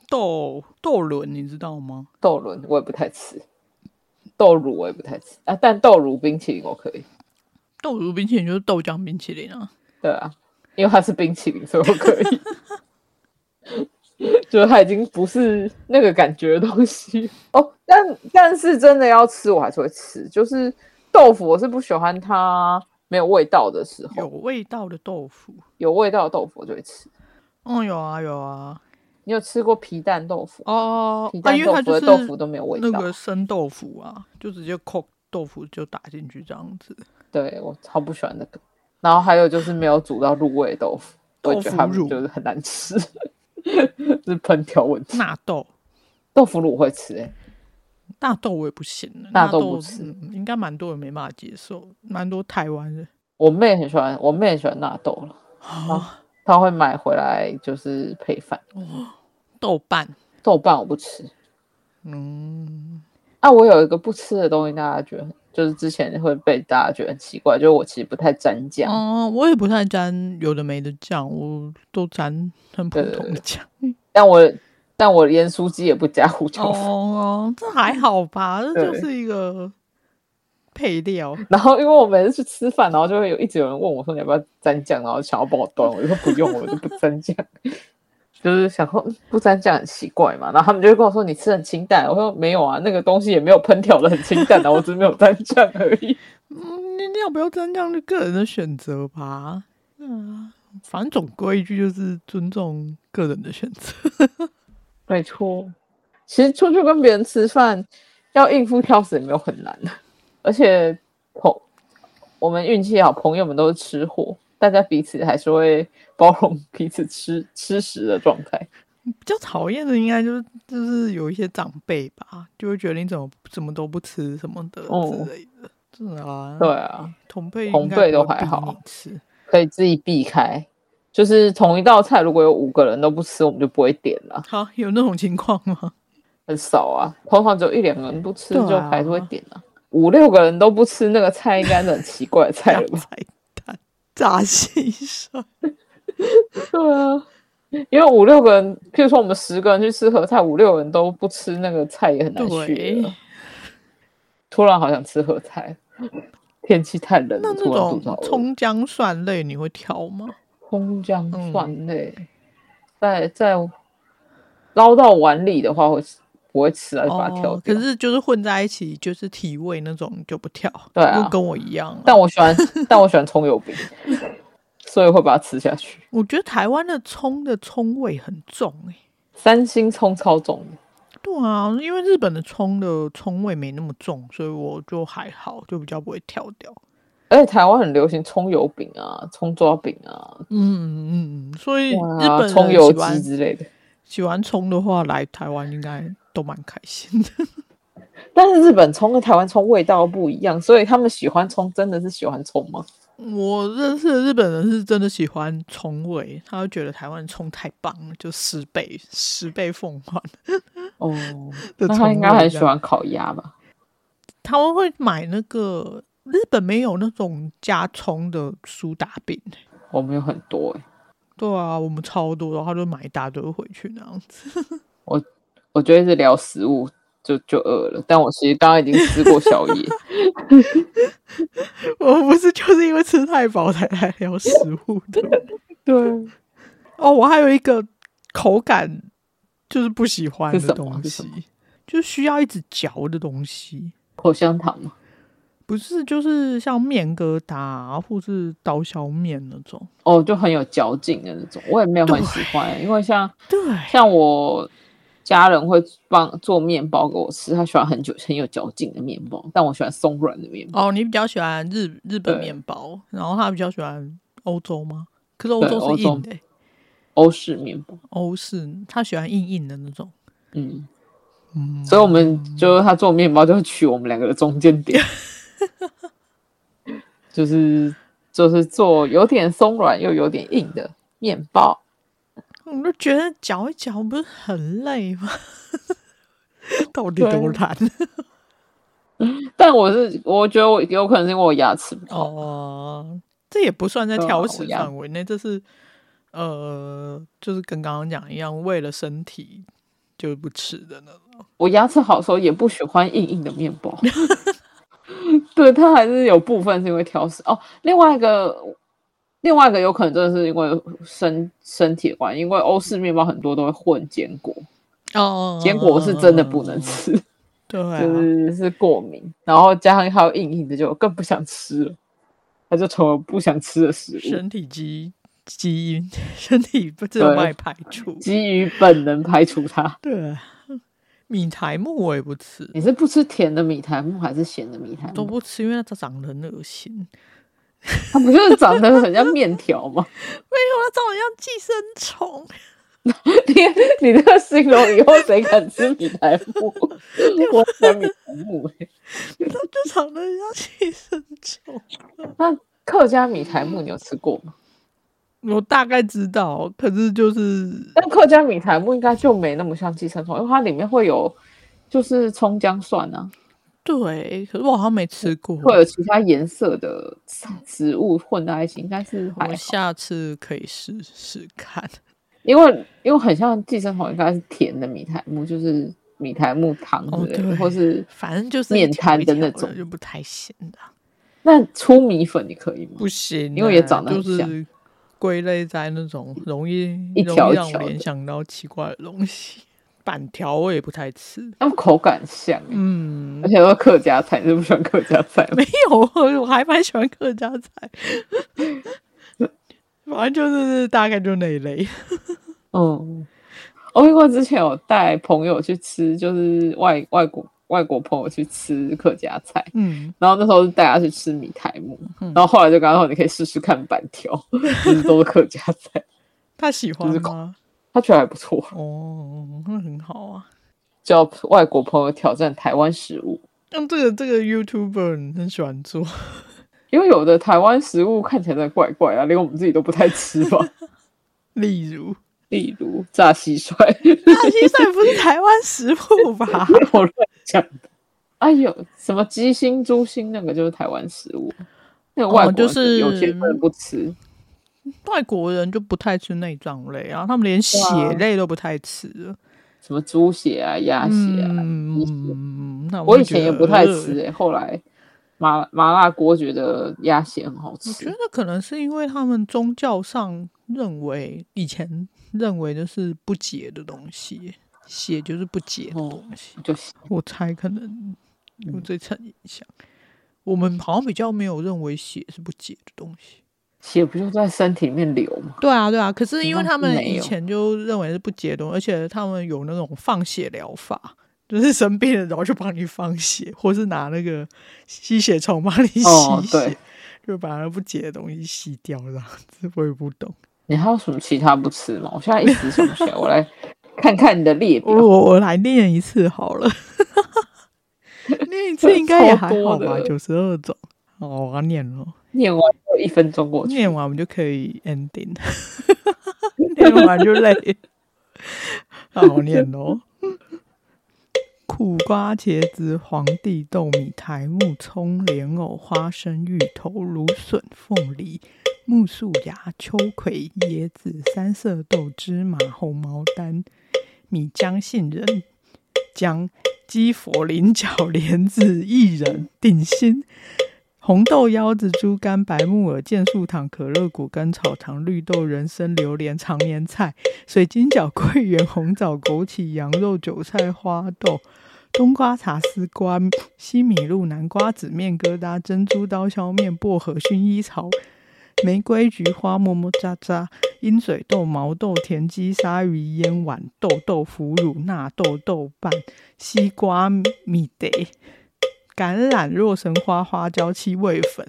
豆豆轮你知道吗？
豆轮我也不太吃，豆乳我也不太吃啊，但豆乳冰淇淋我可以，
豆乳冰淇淋就是豆浆冰淇淋啊。
对啊，因为它是冰淇淋，所以我可以。 就是它已经不是那个感觉的东西哦，但但是真的要吃，我还是会吃。就是豆腐，我是不喜欢它没有味道的时候，
有味道的豆腐。
有味道的豆腐我就会吃。哦
嗯，有啊有啊，
你有吃过皮蛋豆腐？
哦
皮，
啊，
蛋
因为
豆
它
腐
就
的
是
豆腐都没有味道。
那个生豆腐啊，就直接扣豆腐就打进去这样子，
对我超不喜欢那个。然后还有就是没有煮到入味的豆腐，我也觉得他
豆腐
们
乳
就是很难吃，是喷条问题。
纳豆。
豆腐乳我会吃、欸，
纳豆我也不行了，
纳
豆
豆不吃
嗯应该蛮多人没办法接受，蛮多台湾人
我妹很喜欢，我妹很喜欢纳豆了，
哦，
她会买回来就是配饭。
豆瓣，
豆瓣我不吃
嗯，
啊，我有一个不吃的东西，大家觉得很就是之前会被大家觉得很奇怪，就是我其实不太沾酱。
哦，我也不太沾有的没的酱，我都沾很普
对对
通的 酱。
但我但我盐酥鸡也不加胡椒粉。
哦，这还好吧，这就
对
是一个配料。
然后因为我每次去吃饭，然后就会有一直有人问我说你要不要沾酱，然后想要帮我端，我就说不用，我就不沾酱。 就是想说嗯不沾酱很奇怪嘛，然后他们就会跟我说你吃很清淡，我说没有啊，那个东西也没有烹调的很清淡啊，我只是没有沾酱而已。
嗯，你要不要沾酱是个人的选择吧。嗯、反正总归一句就是尊重个人的选择。
没错，其实出去跟别人吃饭，要应付挑食也没有很难的，而且朋我们运气好，朋友们都是吃货，大家彼此还是会包容彼此吃吃食的状态。
比较讨厌的应该就是就是有一些长辈吧，就会觉得你怎么怎么都不吃什么的
哦
之类的。真的啊，
对，啊，
同辈
同
应该
辈
不
都
会
还
逼
好
你吃。
可以自己避开。就是同一道菜，如果有五个人都不吃，我们就不会点了，
好，有那种情况吗？
很少啊。通常只有一两个人不吃，
对啊
就还是会点了。五六个人都不吃那个菜，应该是很奇怪的菜
大
了吧？
彩蛋，炸蟋蟀。
对啊，因为五六个人，譬如说我们十个人去吃合菜，五六个人都不吃那个菜，也很难学
对
了。，突然好想吃合菜，天气太冷
那
了，
那
突然肚子
种
好饿。
葱姜蒜类你会挑吗？
葱姜
嗯
蒜类，在在捞到碗里的话会吃不会吃啊，就把它挑
哦，
掉。
可是就是混在一起，就是提味那种就不挑。
对啊
就跟我一样、啊。
但我喜欢，但我喜欢葱油饼， 所以会把它吃下去。
我觉得台湾的葱的葱味很重哎、
三星葱超重的，
对啊，因为日本的葱的葱味没那么重，所以我就还好，就比较不会挑掉。
而且台湾很流行葱油饼啊、葱抓饼啊，
嗯嗯，嗯所以日
哇
本
葱
人
油
喜
鸡
欢
之类的。
喜欢葱的话，来台湾应该都蛮开心的。
但是日本葱跟台湾葱味道不一样，所以他们喜欢葱，真的是喜欢葱吗？
我认识的日本人是真的喜欢葱味，他就觉得台湾葱太棒了，就十倍十倍奉还
哦，
的
那
葱
他
味
应该很
这
喜
样
欢烤鸭吧？
他们会买那个日本没有那种加葱的苏打饼，
我们有很多哎、
对啊，我们超多，然后他就买一大堆回去那样子。
我觉得是聊食物就就饿了，但我其实刚刚已经吃过宵 夜，
我不是就是因为吃太饱才来聊食物的吗
对，
哦，我还有一个口感就是不喜欢
是
的
什么
东
是什
西
么，
就需要一直嚼的东西。
口香糖嘛，
不是，就是像面疙瘩、啊、或是刀削面那种。
哦，就很有嚼劲的那种，我也没有很喜欢，因为像
对，
像我家人会帮做面包给我吃，他喜欢很久很有嚼劲的面包，但我喜欢松软的面包。
哦，你比较喜欢日日本
对
面包，然后他比较喜欢欧洲吗？可是欧
对
洲
欧
是
洲
硬的欸、
欧式面包，
欧式他喜欢硬硬的那种。
嗯，
嗯，
所以我们就他做面包就会取我们两个的中间点，就是就是做有点松软又有点硬的面包，
我就觉得嚼一嚼不是很累吗？ 到底多 难
但我是我觉得我有可能是因为我牙齿不好，
哦！ 这也不算在
对啊
挑
我
食
压
范围内，这是呃，就是跟刚刚讲一样，为了身体就不吃的那种。
我牙齿好的时候也不喜欢硬硬的面包。对，它还是有部分是因为挑食哦。另外一个，另外一个有可能真的是因为身身体的关系，因为欧式面包很多都会混坚果，
哦，
坚果是真的不能吃。
对 啊、
就是是过敏，然后加上还有硬硬的，就更不想吃了。它就成为不想吃的食物，
身体基基因，身体不只有
对
外排除。
基于本能排除它。
对啊，米苔木我也不吃，
你是不吃甜的米苔木还是咸的米苔
都
木？
不吃，因为它长得很恶心。
它不就是长得很像面条吗？
没有，它长得像寄生虫，
你你这个形容以后谁敢吃米苔 木？我吃米苔木、欸，
它就长得很像寄生虫。
它客家米苔木你有吃过吗？
我大概知道，可是就是
但客家米苔木应该就没那么像寄生虫，因为它里面会有就是葱姜蒜啊，
对，可是我好像没吃过。
会有其他颜色的植物混在一起，应该是还
我
好
下次可以试试看。
因为因为很像寄生虫，应该是甜的米苔木，就是米苔木糖
哦
之类的，
对
或是
反正就是
面
一条
瘫
一
的那
条的
种
就不太行的啊，
那粗米粉你可以吗？
不行啊，
因为也长得
就
很
是归类在那种容易
一
容
条
易
一
让我
条
联
的
想到奇怪的东西。板条我也不太吃，
那口感像欸、
嗯
而，且都是客家菜，你是不喜欢客家菜吗？
没有，我还蛮喜欢客家菜， 反正就是大概就那一类。
嗯，我因为之前有带朋友去吃，就是外外国外国朋友去吃客家菜，
嗯，
然后那时候是带他去吃米苔木，然后后来就跟他说你可以试试看板条， 就是都是客家菜，
他喜欢
就是口
吗？
他觉得还不错，
哦，那很好啊。
叫外国朋友挑战台湾食物，
像这个这个 YouTuber 很喜欢做，
因为有的台湾食物看起来真的怪怪啊，连我们自己都不太吃 吧，
例如
例如炸 蟋蟀，
大蟋蟀不是台湾食物吧？
我乱讲的。哎呦，什么鸡心、猪心，那个就是台湾食物，那个外
哦
国人
就是
有些人不吃。
外国人就不太吃内脏类啊，他们连血
对啊
类都不太吃了。
什么猪血啊、鸭血啊。鸡血
嗯，那
我
就
以
觉
前也
得
不太吃、欸，后来麻麻辣锅觉得鸭血很好
我觉
吃
得，可能是因为他们宗教上认为以前认为的是不洁的东西，血就是不洁的东西。
就是
我猜可能有
嗯
这层影响。我们好像比较没有认为血是不洁的东西。
血不就在身体里面流吗？
对啊，对啊。可是因为
好像
他
是
们
没
以
有
前就认为是不解冻，而且他们有那种放血疗法，就是生病了然后就帮你放血，或是拿那个吸血虫帮你吸血，
哦对
就把那不解的东西吸掉这样子。我也不 懂，
你还有什么其他不吃吗？我现在一时想不起来，我来看看你的列
我
表。
我我来念一次好了， 念一 次应该也还好
超多
吧，
的
九十二种。好，我要念了。
念完就一分钟过去，
念完我们就可以 ending，念完就累。好念哦，苦瓜、茄子、黄帝、豆米、苔木、葱、莲藕、花生、芋头、芦笋、凤梨、木薯芽、秋葵、椰子、三色豆、芝麻、红毛丹、米浆、杏仁、姜、鸡佛、菱角、莲子、薏仁、顶心。红豆、腰子、猪肝、白木耳、健树糖、可乐果、甘草糖、绿豆、人参、榴莲、常年菜、水晶饺、桂圆、 红枣、枸杞、羊肉、韭菜花豆、冬瓜、茶丝瓜、西米露、南瓜子、面疙瘩、珍珠刀削面、薄荷、薰衣草、玫瑰、菊花、么么喳喳、鹰嘴豆、毛豆、田鸡、鲨鱼烟碗豆、豆腐乳、纳豆、豆瓣、西瓜、米得。橄榄、洛神花、花椒、七味粉、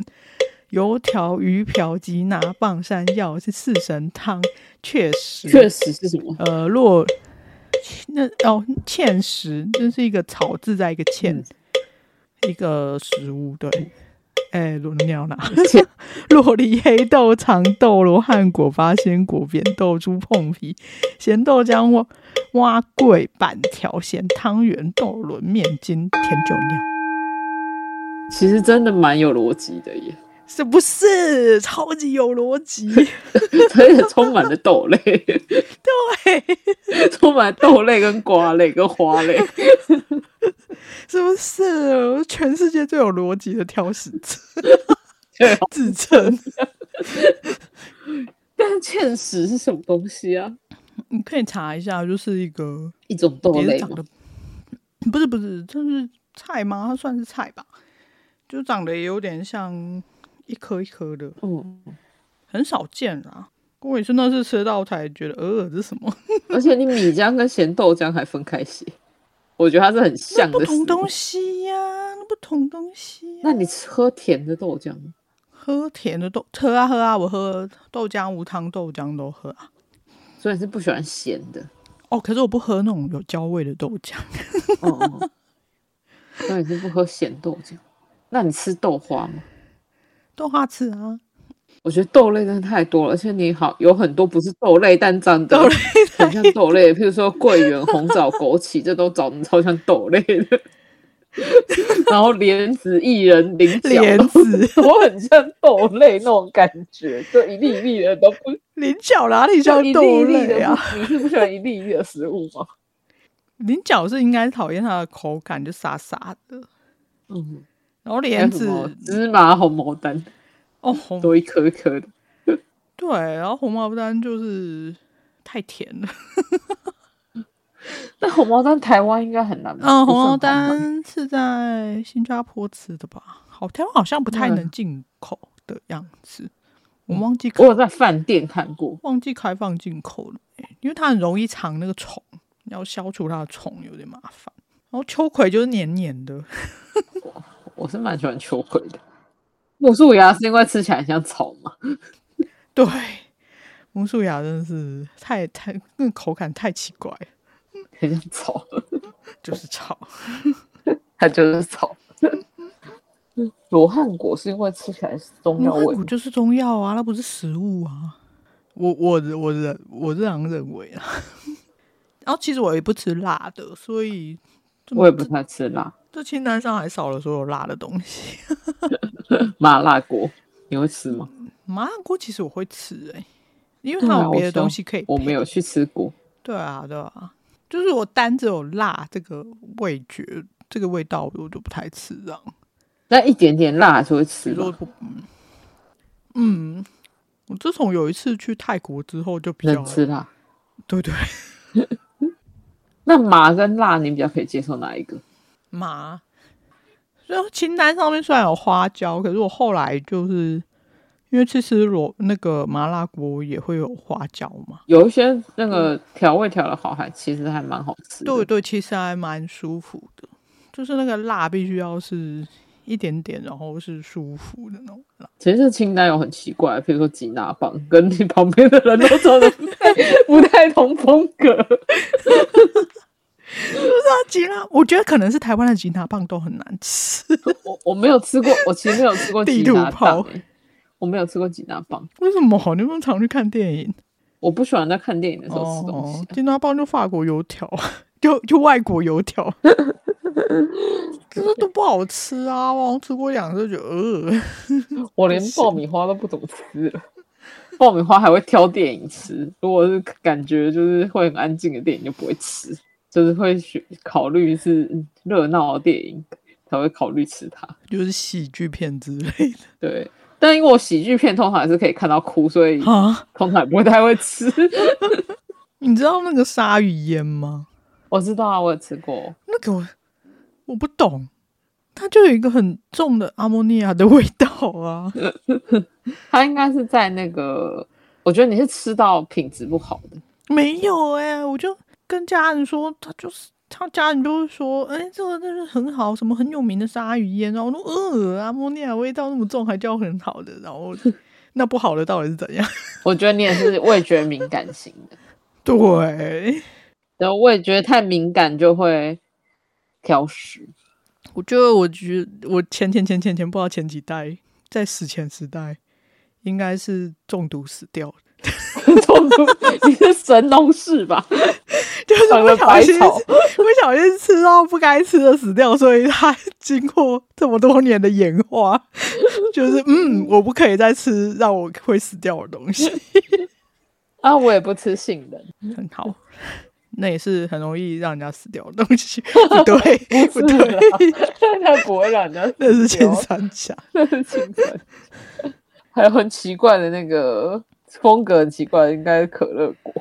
油条、鱼瓢、吉拿棒、山药是四神汤，确实，
确实是什么？
呃，洛那哦，芡实，这是一个草字在一个芡，一个食物，对。哎，轮鸟啦， 洛梨、黑豆、长豆、罗汉果、八仙果、扁豆、猪碰皮、咸豆浆、蛙蛙桂、板条、咸汤圆、豆轮、面筋、甜酒酿。
其实真的蛮有逻辑的耶，
是不是超级有逻辑？
而且充满了豆 类，
对，
充满了豆类跟瓜类跟花类。
是不是？我是全世界最有逻辑的挑食者
对，
自称，
但是芡实是什么东西啊？
你可以查一下，就是一个
一种豆
也是
类
长
吗？
得不是不是，就是菜吗？它算是菜吧，就长得也有点像一颗一颗的，
嗯，很
很少见啦。我也是那次吃到才觉得，呃，这是什么？
而且你米浆跟咸豆浆还分开写，我觉得它是很像
不
的食
同
物。
东西呀、那不同东西、呀。
那你吃喝甜的豆浆吗，
喝甜的豆，喝啊喝啊，我喝豆浆、无糖豆浆都喝啊。
所以你是不喜欢咸的。
哦，可是我不喝那种有焦味的豆浆，
哦哦，所以你是不喝咸豆浆。那你吃豆花吗？
豆花吃啊，
我觉得豆类真的太多了，而且你好有很多不是豆类，但长得
豆类
很像豆类，譬如说桂圆、红枣、枸杞，这都长得超像豆类的。然后莲子、薏仁、菱角
莲 子
都很像豆类那种感觉，就一粒一粒的都不
菱角哪里
就
像
一粒
豆
一粒
类
的
啊？
不。你是不喜欢一粒一粒的食物吗？
菱角是应该讨厌它的口感，就沙沙的。
嗯，
然后
还有
莲
什么
子
芝麻红毛丹
哦红
都一颗一颗的，
对，然后红毛丹就是太甜 了。
但红毛丹台湾应该很难买。
嗯，
不
红毛
是很好买
丹是在新加坡吃的吧？好，台湾好像不太
嗯
能进口的样子，我忘记
我有在饭店看过，
忘记开放进口了，因为它很容易藏那个虫，要消除它的虫有点麻烦。然后秋葵就是黏黏的，
我是蛮喜欢秋葵的。木薯芽是因为吃起来很像草嘛？
对，木树芽真的是太太那个口感太奇怪了，
很像草，
就是草。
它就是草。罗汉果是因为吃起来是中药
我
味
骨，就是中药啊，它不是食物啊。我我的我的我这样认为啊。 然后其实我也不吃辣的，所以这
我也不太吃辣。
这清单上还少了所有辣的东西。
麻辣锅你会吃吗？
麻辣锅其实我会吃哎、因为
对
它
啊
有
我
别的
知道
东西可以配。
我没有去吃过。
对啊，对啊，就是我单只有辣这个味觉，这个味道我就不太吃这样。
那一点点辣还是会
比
吃
如说
吧，
不，嗯嗯，我自从有一次去泰国之后就比较
能吃辣。
对对
那麻跟辣你比较可以接受哪一个？
麻。所以清单上面虽然有花椒，可是我后来就是因为其实罗那个麻辣锅也会有花椒嘛，
有一些那个调味调的好，还其实还蛮好吃的。
对对，其实还蛮舒服的，就是那个辣必须要是一点点，然后是舒服的那种辣。
其实这清单有很奇怪，比如说吉拿棒，跟你旁边的人都长 得不太不太同风格。
那吉拉，我觉得可能是台湾的吉拿棒都很难吃，
我我没有吃过，我其实没有吃 过吉
地图
拿
炮
棒、欸，我没有吃过吉拿棒，
为什么？你们常去看电影
我不喜欢在看电影的时候吃东西啊、
吉拿棒就法国油条， 就就外国油条， 真的都不好吃啊！我好像吃过两次就觉得呃，
我连爆米花都不怎么吃了。爆米花还会挑电影吃，如果是感觉就是会很安静的电影就不会吃，就是会选考虑是嗯热闹的电影才会考虑吃它。
就是喜剧片之类的
对，但因为我喜剧片通常还是可以看到哭，所以
啊。
通常也不会太会吃。
你知道那个鲨鱼烟吗？
我知道啊，我有吃过，
那个我我不懂，它就有一个很重的阿莫尼亚的味道啊。
它应该是在那个，我觉得你是吃到品质不好的，
没有哎、我就跟家人说，他就是他家人就会说，哎、这个真是很好，什么很有名的鲨鱼烟，然后我说，呃，阿莫尼亚味道那么重，还叫很好的，然后那不好的到底是怎样？
我觉得你也是味觉敏感型的，
对，
然后味觉太敏感就会挑食。
我觉得，我觉得我前前前前前不知道前几代，在史前时代，应该是中毒死掉的，
中毒，你是神农氏吧？
就是
长
不
了
小
百
心
草
不小心吃到不该吃的死掉，所以它 经过这么多年的演化，就是嗯，我不可以再吃让我会死掉的东西，
啊！我也不吃杏仁，
很好。那也是很容易让人家死掉的东西，不 对，不
是啦
对，
它不啊会让人家
那是
青
前三甲。
那是青春。 还有很奇怪的那个风格，很奇怪，应该是可乐果。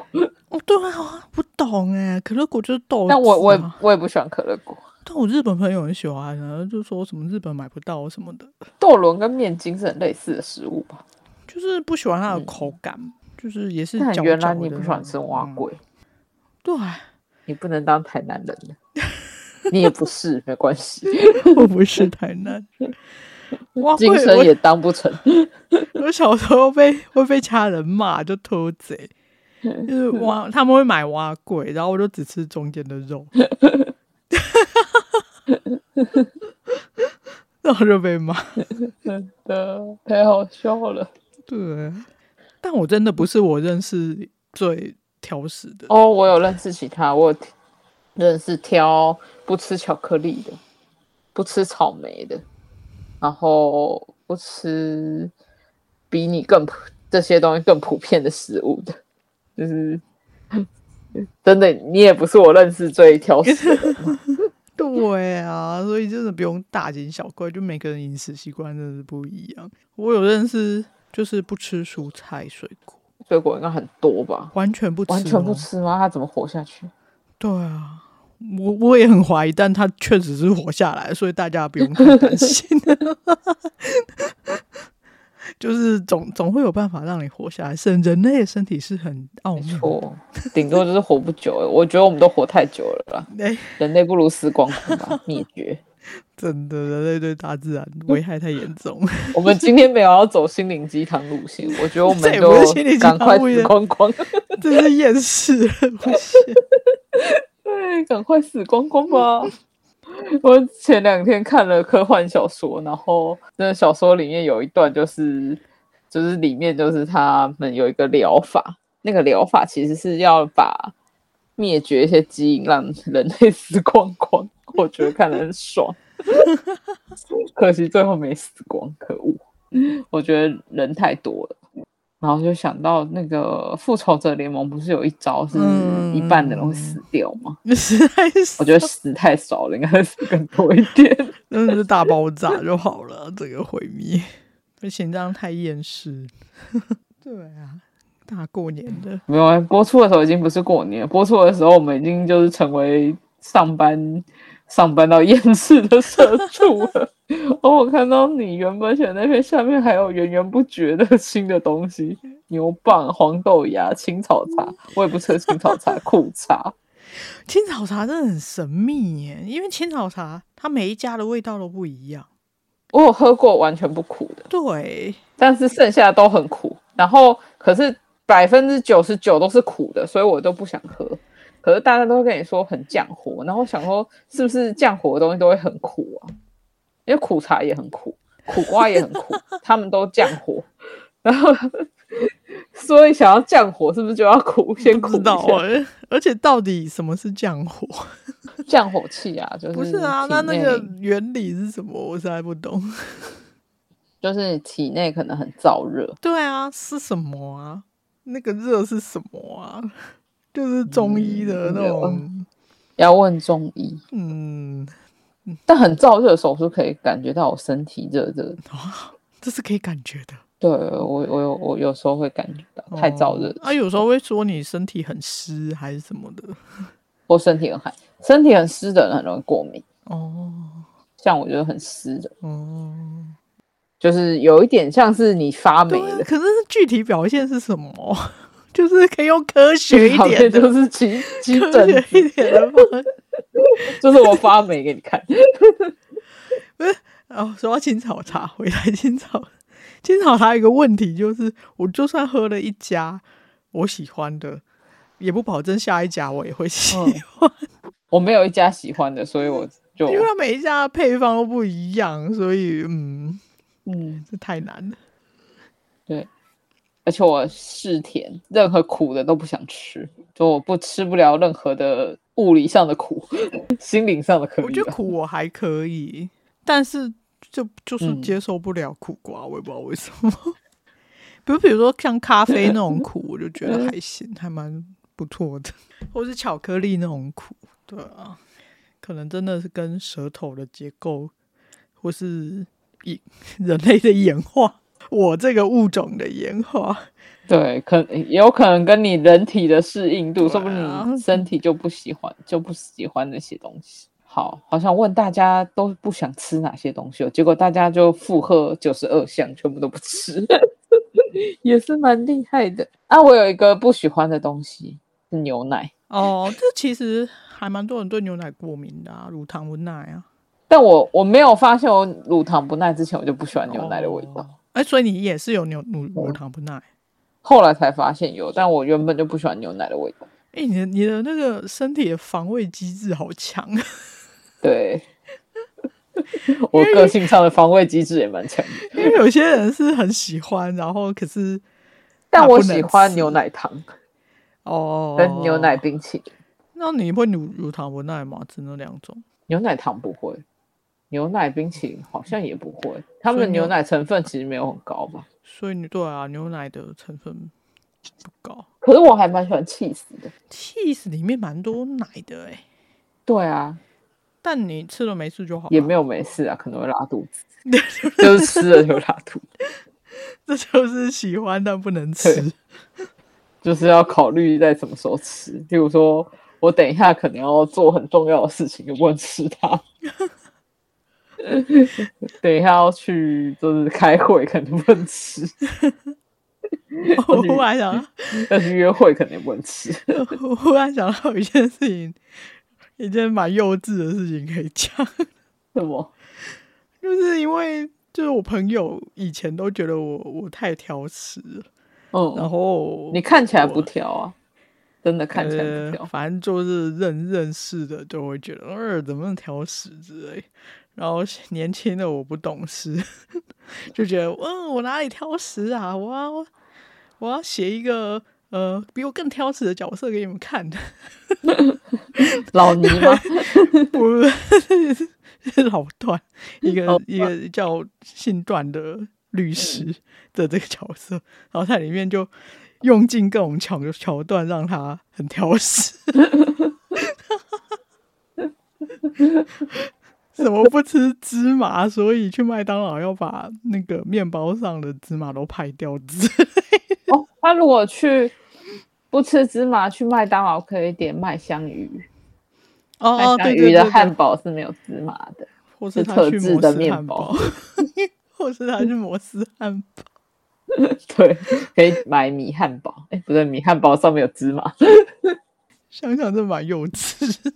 哦，对啊，不懂哎，可乐果就是豆子啊、
但我我也我也不喜欢可乐果。
但我日本朋友很喜欢，然后就说什么日本买不到什么的，
豆轮跟面筋是很类似的食物吧？
就是不喜欢它的口感，就是也是
但
嚼
嗯原
嚼
来你
的
不喜
那
欢吃
种
蛙
嗯
龟，
对，
你不能当台南人 了你也不是，没关系，
我不是台南人。哇，
今生
会
也当 不成。
我我小时候被会被家人骂，就偷贼，就是挖他们会买蛙贵，然后我就只吃中间的肉，然后就被骂。
真的太好笑了。
对，但我真的不是我认识最挑食的。
哦，我有认识其他，我有认识挑不吃巧克力的，不吃草莓的，然后不吃比你更普这些东西更普遍的食物的，就是 真的，你也不是我认识最挑食的人。
对啊，所以真的不用大惊小怪，就每个人饮食习惯真的是不一样。我有认识就是不吃蔬菜水果，
水果应该很多吧？
完全不吃，哦
完全不。吃吗？他怎么活下去？
对啊，我我也很怀疑，但他确实是活下来，所以大家不用太担心。 就是总总会有办法让你活下来，是人类的身体是很奥
没
妙
错，顶多就是活不久了。我觉得我们都活太久了啦，
的，哎、
人类不如死光光吧，灭 绝。
真的人类对大自然危害太严重 了。
我们今天没有要走心灵鸡汤路线，我觉得我
这也
们
不
就是
心灵鸡汤
赶快
路
死
线
光光，
这是厌世了，不行。
对， 赶快死光光吧。 我前两天看了科幻小说，然后那小说里面有一段就是，就是里面就是他们有一个疗法，那个疗法其实是要把灭绝一些基因，让人类死光光。我觉得看得很爽， 可惜最后没死光，可恶！我觉得人太多了，然后就想到那个复仇者联盟不是有一招是
嗯
一半的人会死掉吗？
实在是，
我觉得死太少了，应该死更多一点。
真的是大爆炸就好了，这个毁 灭，不行，这样太厌世。 对啊，大过年的，
没有啊，播出的时候已经不是过年了，播出的时候我们已经就是成为上班上班到厌世的社畜了。哦，我看到你原本写的那篇下面还有源源不绝的新的东西，牛蒡、黄豆芽、青草茶，我也不吃青草茶， 苦茶。
青草茶真的很神秘耶，因为青草茶它每一家的味道都不一样。
我有喝过完全不苦的，
对，
但是剩下的都很苦。然后可是百分之九十九都是苦的，所以我都不想喝。可是大家都会跟你说很降火，然后想说是不是降火的东西都会很苦啊？因为苦茶也很苦，苦瓜也很苦，他们都降火，然后所以想要降火是不是就要苦先
不
苦
知
一
道
下？
哎，而且到底什么是降火？
降火气啊，就是
不是啊，
体
那那个
内
原理是什么？我实在不懂。
就是体内可能很燥热，
对啊，是什么啊？那个热是什么啊？就是中医的那
嗯啊
种，
要问中医。
嗯，
但很燥热的时候，我是可以感觉到我身体热热的。
哦这是可以感觉的。
对我，我有我有时候会感觉到太燥热
哦，啊，有时候会说你身体很湿还是什么的。
或身体很寒，身体很湿的人很容易过敏。
哦
像我就是很湿的，
哦，
就是有一点像是你发霉
对啊
了，，
可是具体表现是什么？ 就是可以用科学一
好像
点的，
就是起起
科
疹
学
子，
一点的方法。
就是我发霉给你看。
哦，说到青草茶，回来青草， 青草茶有一个问题就是，我就算喝了一家我喜欢的，也不保证下一家我也会喜
嗯
欢，
啊我没有一家喜欢的，所以我就
因为它每一家的配方都不一样，所以嗯，
嗯，
这太难了。
而且我嗜甜，任何苦的都不想吃，就我不吃不了任何的物理上的苦， 心灵上的可
我
以
觉得
吧。
苦我还可以，但是就就是
嗯
接受不了苦瓜，我也不知道为什么。 比如比如说像咖啡那种苦，我就觉得还行，还蛮不错的， 或是巧克力那种苦，对啊，可能真的是跟舌头的结构或是演人类的演化，我这个物种的演化，
对，可也有可能跟你人体的适应度，
对
说不定
啊
你身体就不喜欢，就不喜欢那些东西。好，好想问大家都不想吃哪些东西哦，结果大家就附和九十二项，全部都 不吃，也是蛮厉害的。啊，我有一个不喜欢的东西是牛奶，
哦，这其实还蛮多人对牛奶过敏的、啊，乳糖不耐啊。
但我我没有发现我乳糖不耐之前，我就不喜欢牛奶的味道，
哦哎、所以你也是有牛乳乳糖不耐？
后来才发现有，但我原本就不喜欢牛奶的味道。
哎、你的啊你的那个身体的防卫机制好强，
对， 我个性上的防卫机制也蛮强的，
因为有些人是很喜欢，然后可是
但我喜欢牛奶糖
哦，
跟牛奶。冰淇淋，
那你会乳乳糖不耐吗？只能两种。
牛奶糖不会，牛奶冰淇淋好像也不会，他
所
们的
以牛
牛奶成分其实没有很高吧。
所以你对啊，牛奶的成分不高
可是我还蛮喜欢 cheese 的，
，cheese 里面蛮多奶的哎、
对啊，
但你吃了没事就好了，
也没有没事啊，可能会拉肚子， 就是吃了就拉肚子，
这就是喜欢但不能吃
对。就是要考虑在什么时候吃。例如说，我等一下可能要做很重要的事情，就不能吃它。 等一下要去就是开会，可能不能吃；
我忽然想到，
要去约会，可能也不能吃。
我忽然想到一件事情，一件蛮幼稚的事情可以讲，
什么？
就是因为就是我朋友以前都觉得我我太挑食了，
嗯，
然后
你看起来不挑啊，真的看起来不
呃
挑。
反正就是认认识的就会觉得，呃，怎么那么挑食之类。然后年轻的我不懂事， 就觉得，嗯，我哪里挑食啊？我要我要写一个呃比我更挑食的角色给你们看，
老倪 吗？
我是 老段，一个
老
一个叫姓段的律师的这个角色，然后在里面就用尽各种桥桥段让他很挑食， 什么不吃芝麻，所以去麦当劳要把那个面包上的芝麻都拍掉之类
哦，他如果去不吃芝麻，去麦当劳可以点麦香鱼。麦
哦哦，
香
对
鱼
对
的
对对，
汉堡是没有芝麻的。
或是
是
他
特
去
制
摩
的
斯
面
汉
包
堡， 或是他去摩斯汉堡。
对，可以买米汉堡。哎，不对，米汉堡上面有芝麻。
想想这蛮幼稚的，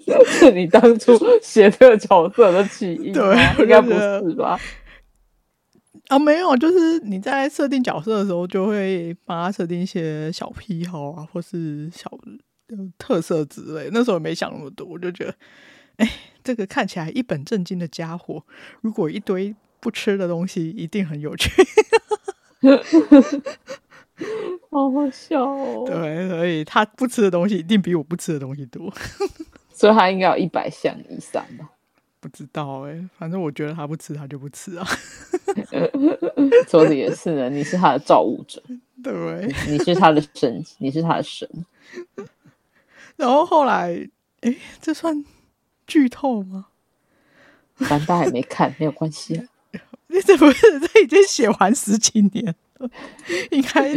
是你当初写这个角色的起因吗
对我
应该
就
不
觉得
是吧？
啊，没有，就是你在设定角色的时候，就会帮他设定一些小癖好啊，或是小呃特色之类。那时候也没想那么多，我就觉得，哎，这个看起来一本正经的家伙，如果一堆不吃的东西，一定很有趣。
好好笑哦。
对，所以他不吃的东西一定比我不吃的东西多。
所以它应该有一百项以上吧？
不知道哎、反正我觉得他不吃，他就不吃啊。
说的也是呢，你是他的造物者，
对。
你是他的神，你是他的神。
然后后来，哎，这算剧透吗？
反正大家还没看，没有关系啊。
这不是这已经写完十几年了，应该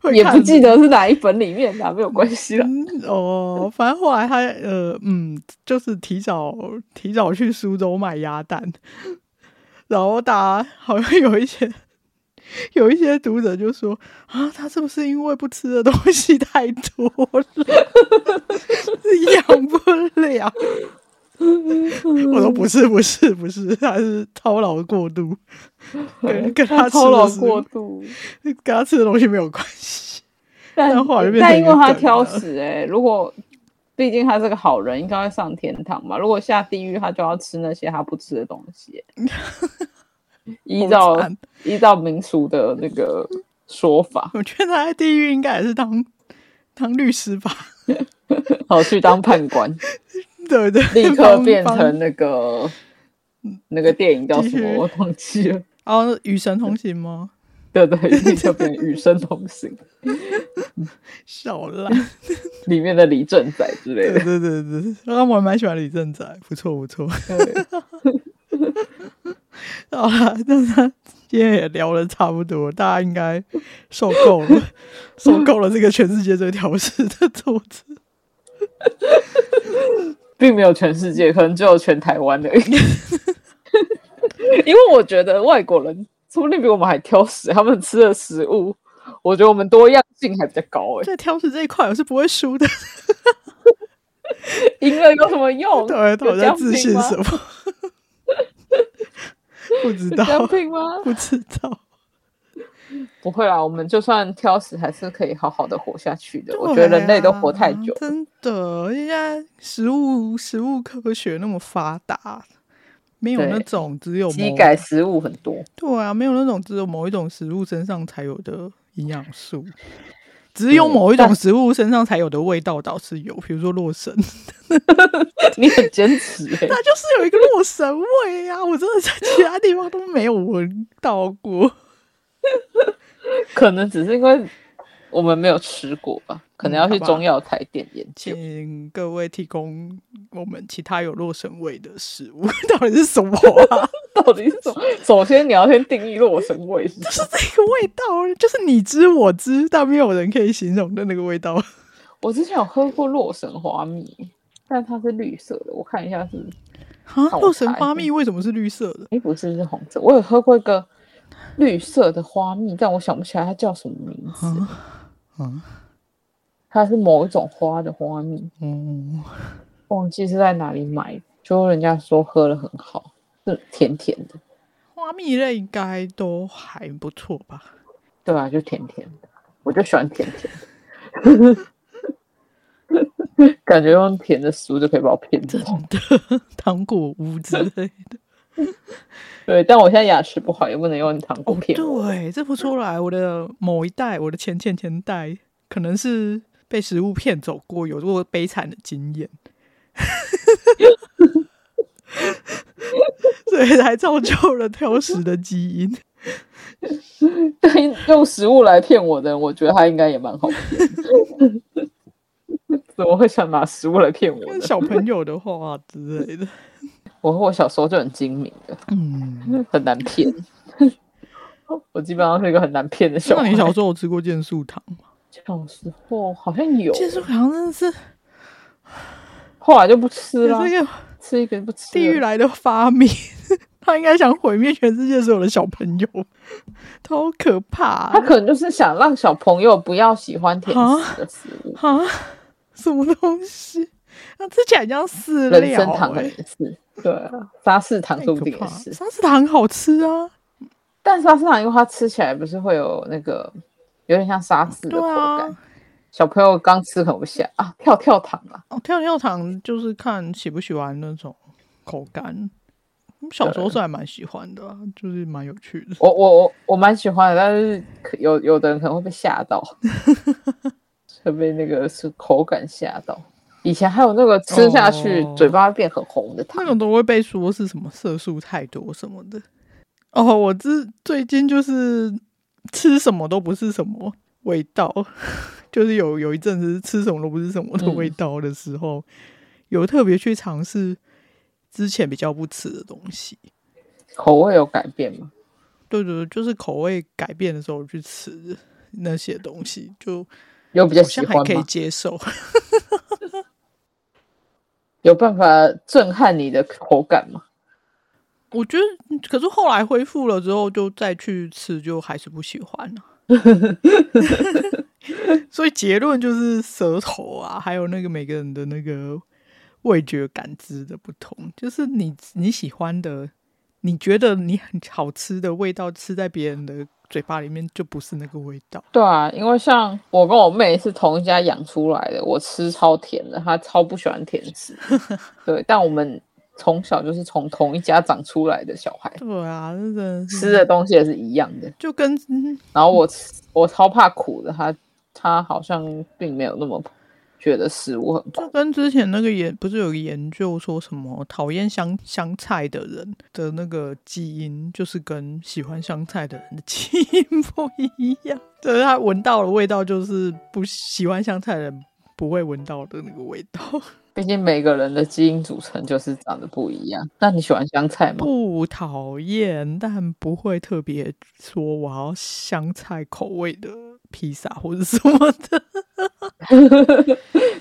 会
也
看
不记得是哪一本里面的啊、没有关系啦。
嗯哦。反正后来他呃嗯，就是提早提早去苏州买鸭蛋，然后大家好像有一些有一些读者就说啊，他是不是因为不吃的东西太多了，养不了？我说不是不是不是，他是操劳过度， 跟跟他吃
操劳
的食物
过度，
跟他吃的东西没有关系。
但
但后来就变成
但因为
一
他
个梗
挑
了
食哎、如果毕竟他是个好人，应该会上天堂吧？如果下地狱，他就要吃那些他不吃的东西欸、 依照
好惨
依照民俗的那个说法，
我觉得他在地狱应该也是当当律师吧，
好去当判 官，
对对，
立刻
帮
变成
帮
那个那个电影叫什
继续
么？我忘记了。
哦，与神同行吗？
对对，立刻变成与生同行
小啦，
里面的李正宰之类
对 对
的。
对对，让我还蛮喜欢李正宰，不错不错。
对
好啦，那他今天也聊的差不多，大家应该受够了，受够了这个全世界最挑食的作者。
并没有全世界，可能只有全台湾的。 因为我觉得外国人说不定比我们还挑食，他们吃的食物，我觉得我们多样性还比较高 哎、
在挑食这一块，我是不会输的。
赢了有什么用？
对，到底
哦有
在
奖
自信
品吗
什么？ 不知
有
道
奖，品吗？
不知道。
不会啊啦，我们就算挑食，还是可以好好的活下去的。我
对
觉得人类都活
啊
太久，
真的。现在食物食物科学那么发达，没有
对
那种只有
机
某
改食物很多，
对啊，没有那种只有某一种食物身上才有的营养素，只有某一种
嗯但
食物身上才有的味道倒是有，比如说洛神， 它
你很坚持哎、
就是有一个洛神味啊！我真的在其他地方都没有闻到 过。
可能只是因为我们没有吃过嗯吧，可能要去中药材店研究。
请各位提供我们其他有洛神味的食物到底是什么啊？
到底是什么？首先你要先定义洛神味是
就 是
什么？
这个味道，欸就是你知我知，但没有人可以形容的那个味道。 啊
我之前有喝过洛神花蜜，但它是绿色的，我看一下是，
啊，
好
洛神
白哦
花蜜为什么是绿色 的？
哎，不是是红色。我有喝过一个绿色的花蜜，但我想不起来它叫什么名字。
啊，
它是某一种花的花蜜，
哦，
忘记是在哪里买的，就人家说喝了很好，是甜甜的，
花蜜类应该都还不错吧？
对啊，就甜甜的，我就喜欢甜甜的，感觉用甜的食物就可以把我骗走。
糖果屋之类的。
对，但我现在牙齿不 好，也哦不能用糖果骗我。
哦对，这不出来。我的某一代，我的前前前代，可能是被食物骗走过，有过悲惨的经验， 所以才造就了挑食的基因。
但 用食物来骗我的人，我觉得他应该也蛮好骗 的。怎么会想拿食物来骗我
跟
呢？
小朋友的话之类的，
我我小时候就很精明的，
嗯。
很难 骗。我基本上是一个很难骗的小
那
孩。
你小时候有吃过健素糖吗？
小时候好像有，
健素糖真的是啊
后来就不吃
也
了
是一，个
吃一个不吃了。
地狱来的发明， 他应该想毁灭全世界所有的小朋友，超可怕
他
啊！
可能就是想让小朋友不要喜欢甜食的食物，
哈啊什么东西？那吃起来像饲料、欸，
人参糖可能也是，对啊，沙士糖
太
说
可
不定
怕
也
了。
是。
沙士糖好吃啊，
但沙士糖因为它吃起来不是会有那个有点像沙士的
对
口感，
啊，
小朋友刚吃可能不下啊，跳跳糖啊，
哦，跳跳糖就是看喜不喜欢那种口感。我小时候是还蛮喜欢的、啊，就是蛮有趣的。
我我我我蛮喜欢的，但是可有有的人可能会被吓 到，会被那个是口感吓到。以前还有那个吃下去、
哦
嘴巴会变很红的糖
那，种都会被说是什么色素太多什么的。哦，我之最近就是吃什么都不是什么味道， 就是有有一阵子是吃什么都不是什么
嗯
的味道的时候，有特别去尝试之前比较不吃的东西。
口味有改变吗？
对对对，就是口味改变的时候去吃那些东西，就
有比较
好
喜
像
欢
还可以
吗？
接受。
有办法震撼你的口感吗？
我觉得，可是后来恢复了之后，就再去吃，就还是不喜欢了、 所以结论就是舌头啊，还有那个每个人的那个味觉感知的不同，就是你你喜欢的，你觉得你很好吃的味道，吃在别人的嘴巴里面就不是那个味道。
对啊，因为像我跟我妹是同一家养出来的，我吃超甜的，她超不喜欢甜 食。对，但我们从小就是从同一家长出来的小孩，
对啊，那真的是
吃的东西也是一样的。
就跟、嗯
然后我吃我超怕苦的，她她好像并没有那么觉得食物很苦
就。跟之前那个研不是有个研究说什么讨厌香香菜的人的那个基因，就是跟喜欢香菜的人的基因 不一样，就是他闻到的味道就是不喜欢香菜的人不会闻到的那个味道。
毕竟每个人的基因组成就是长得不一样。那你喜欢香菜吗？
不讨厌，但不会特别说我要香菜口味的披萨或者什么的，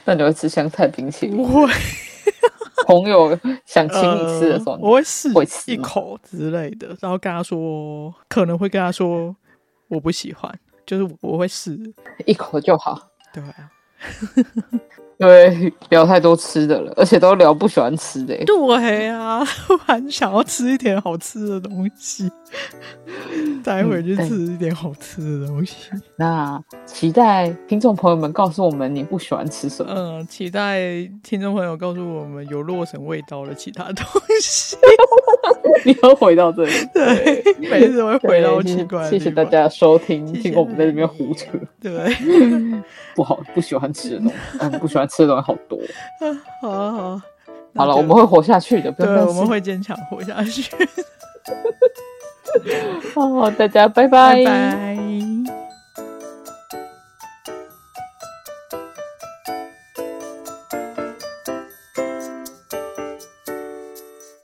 那你会吃香菜冰淇淋
不？会。
朋友想请你吃的时候，
呃我会试
会吃
一
吗
口之类的，然后跟他说，可能会跟他说我不喜欢，就是我会试。
一口就好。
对啊，
对， 聊太多吃的了，而且都聊不喜欢吃的欸、
对啊，突然想要吃一点好吃的东西，待会去
嗯哎
吃一点好吃的东西。
那期待听众朋友们告诉我们你不喜欢吃什么。
嗯，期待听众朋友告诉我们有洛神味道的其他东西。
你又回到这里，
对， 每次都会回到
对
奇怪的
谢谢谢谢
地方
大家的收听，
谢谢
听我们在这边胡扯，
对，
不好，不喜欢吃的 东西，嗯，不喜欢吃的东西好多。
好啊好啊。那
好了，
就
我们会活下去的，不
对
要担，
我
心
们会坚强活下去。
哦，大家 拜
拜拜。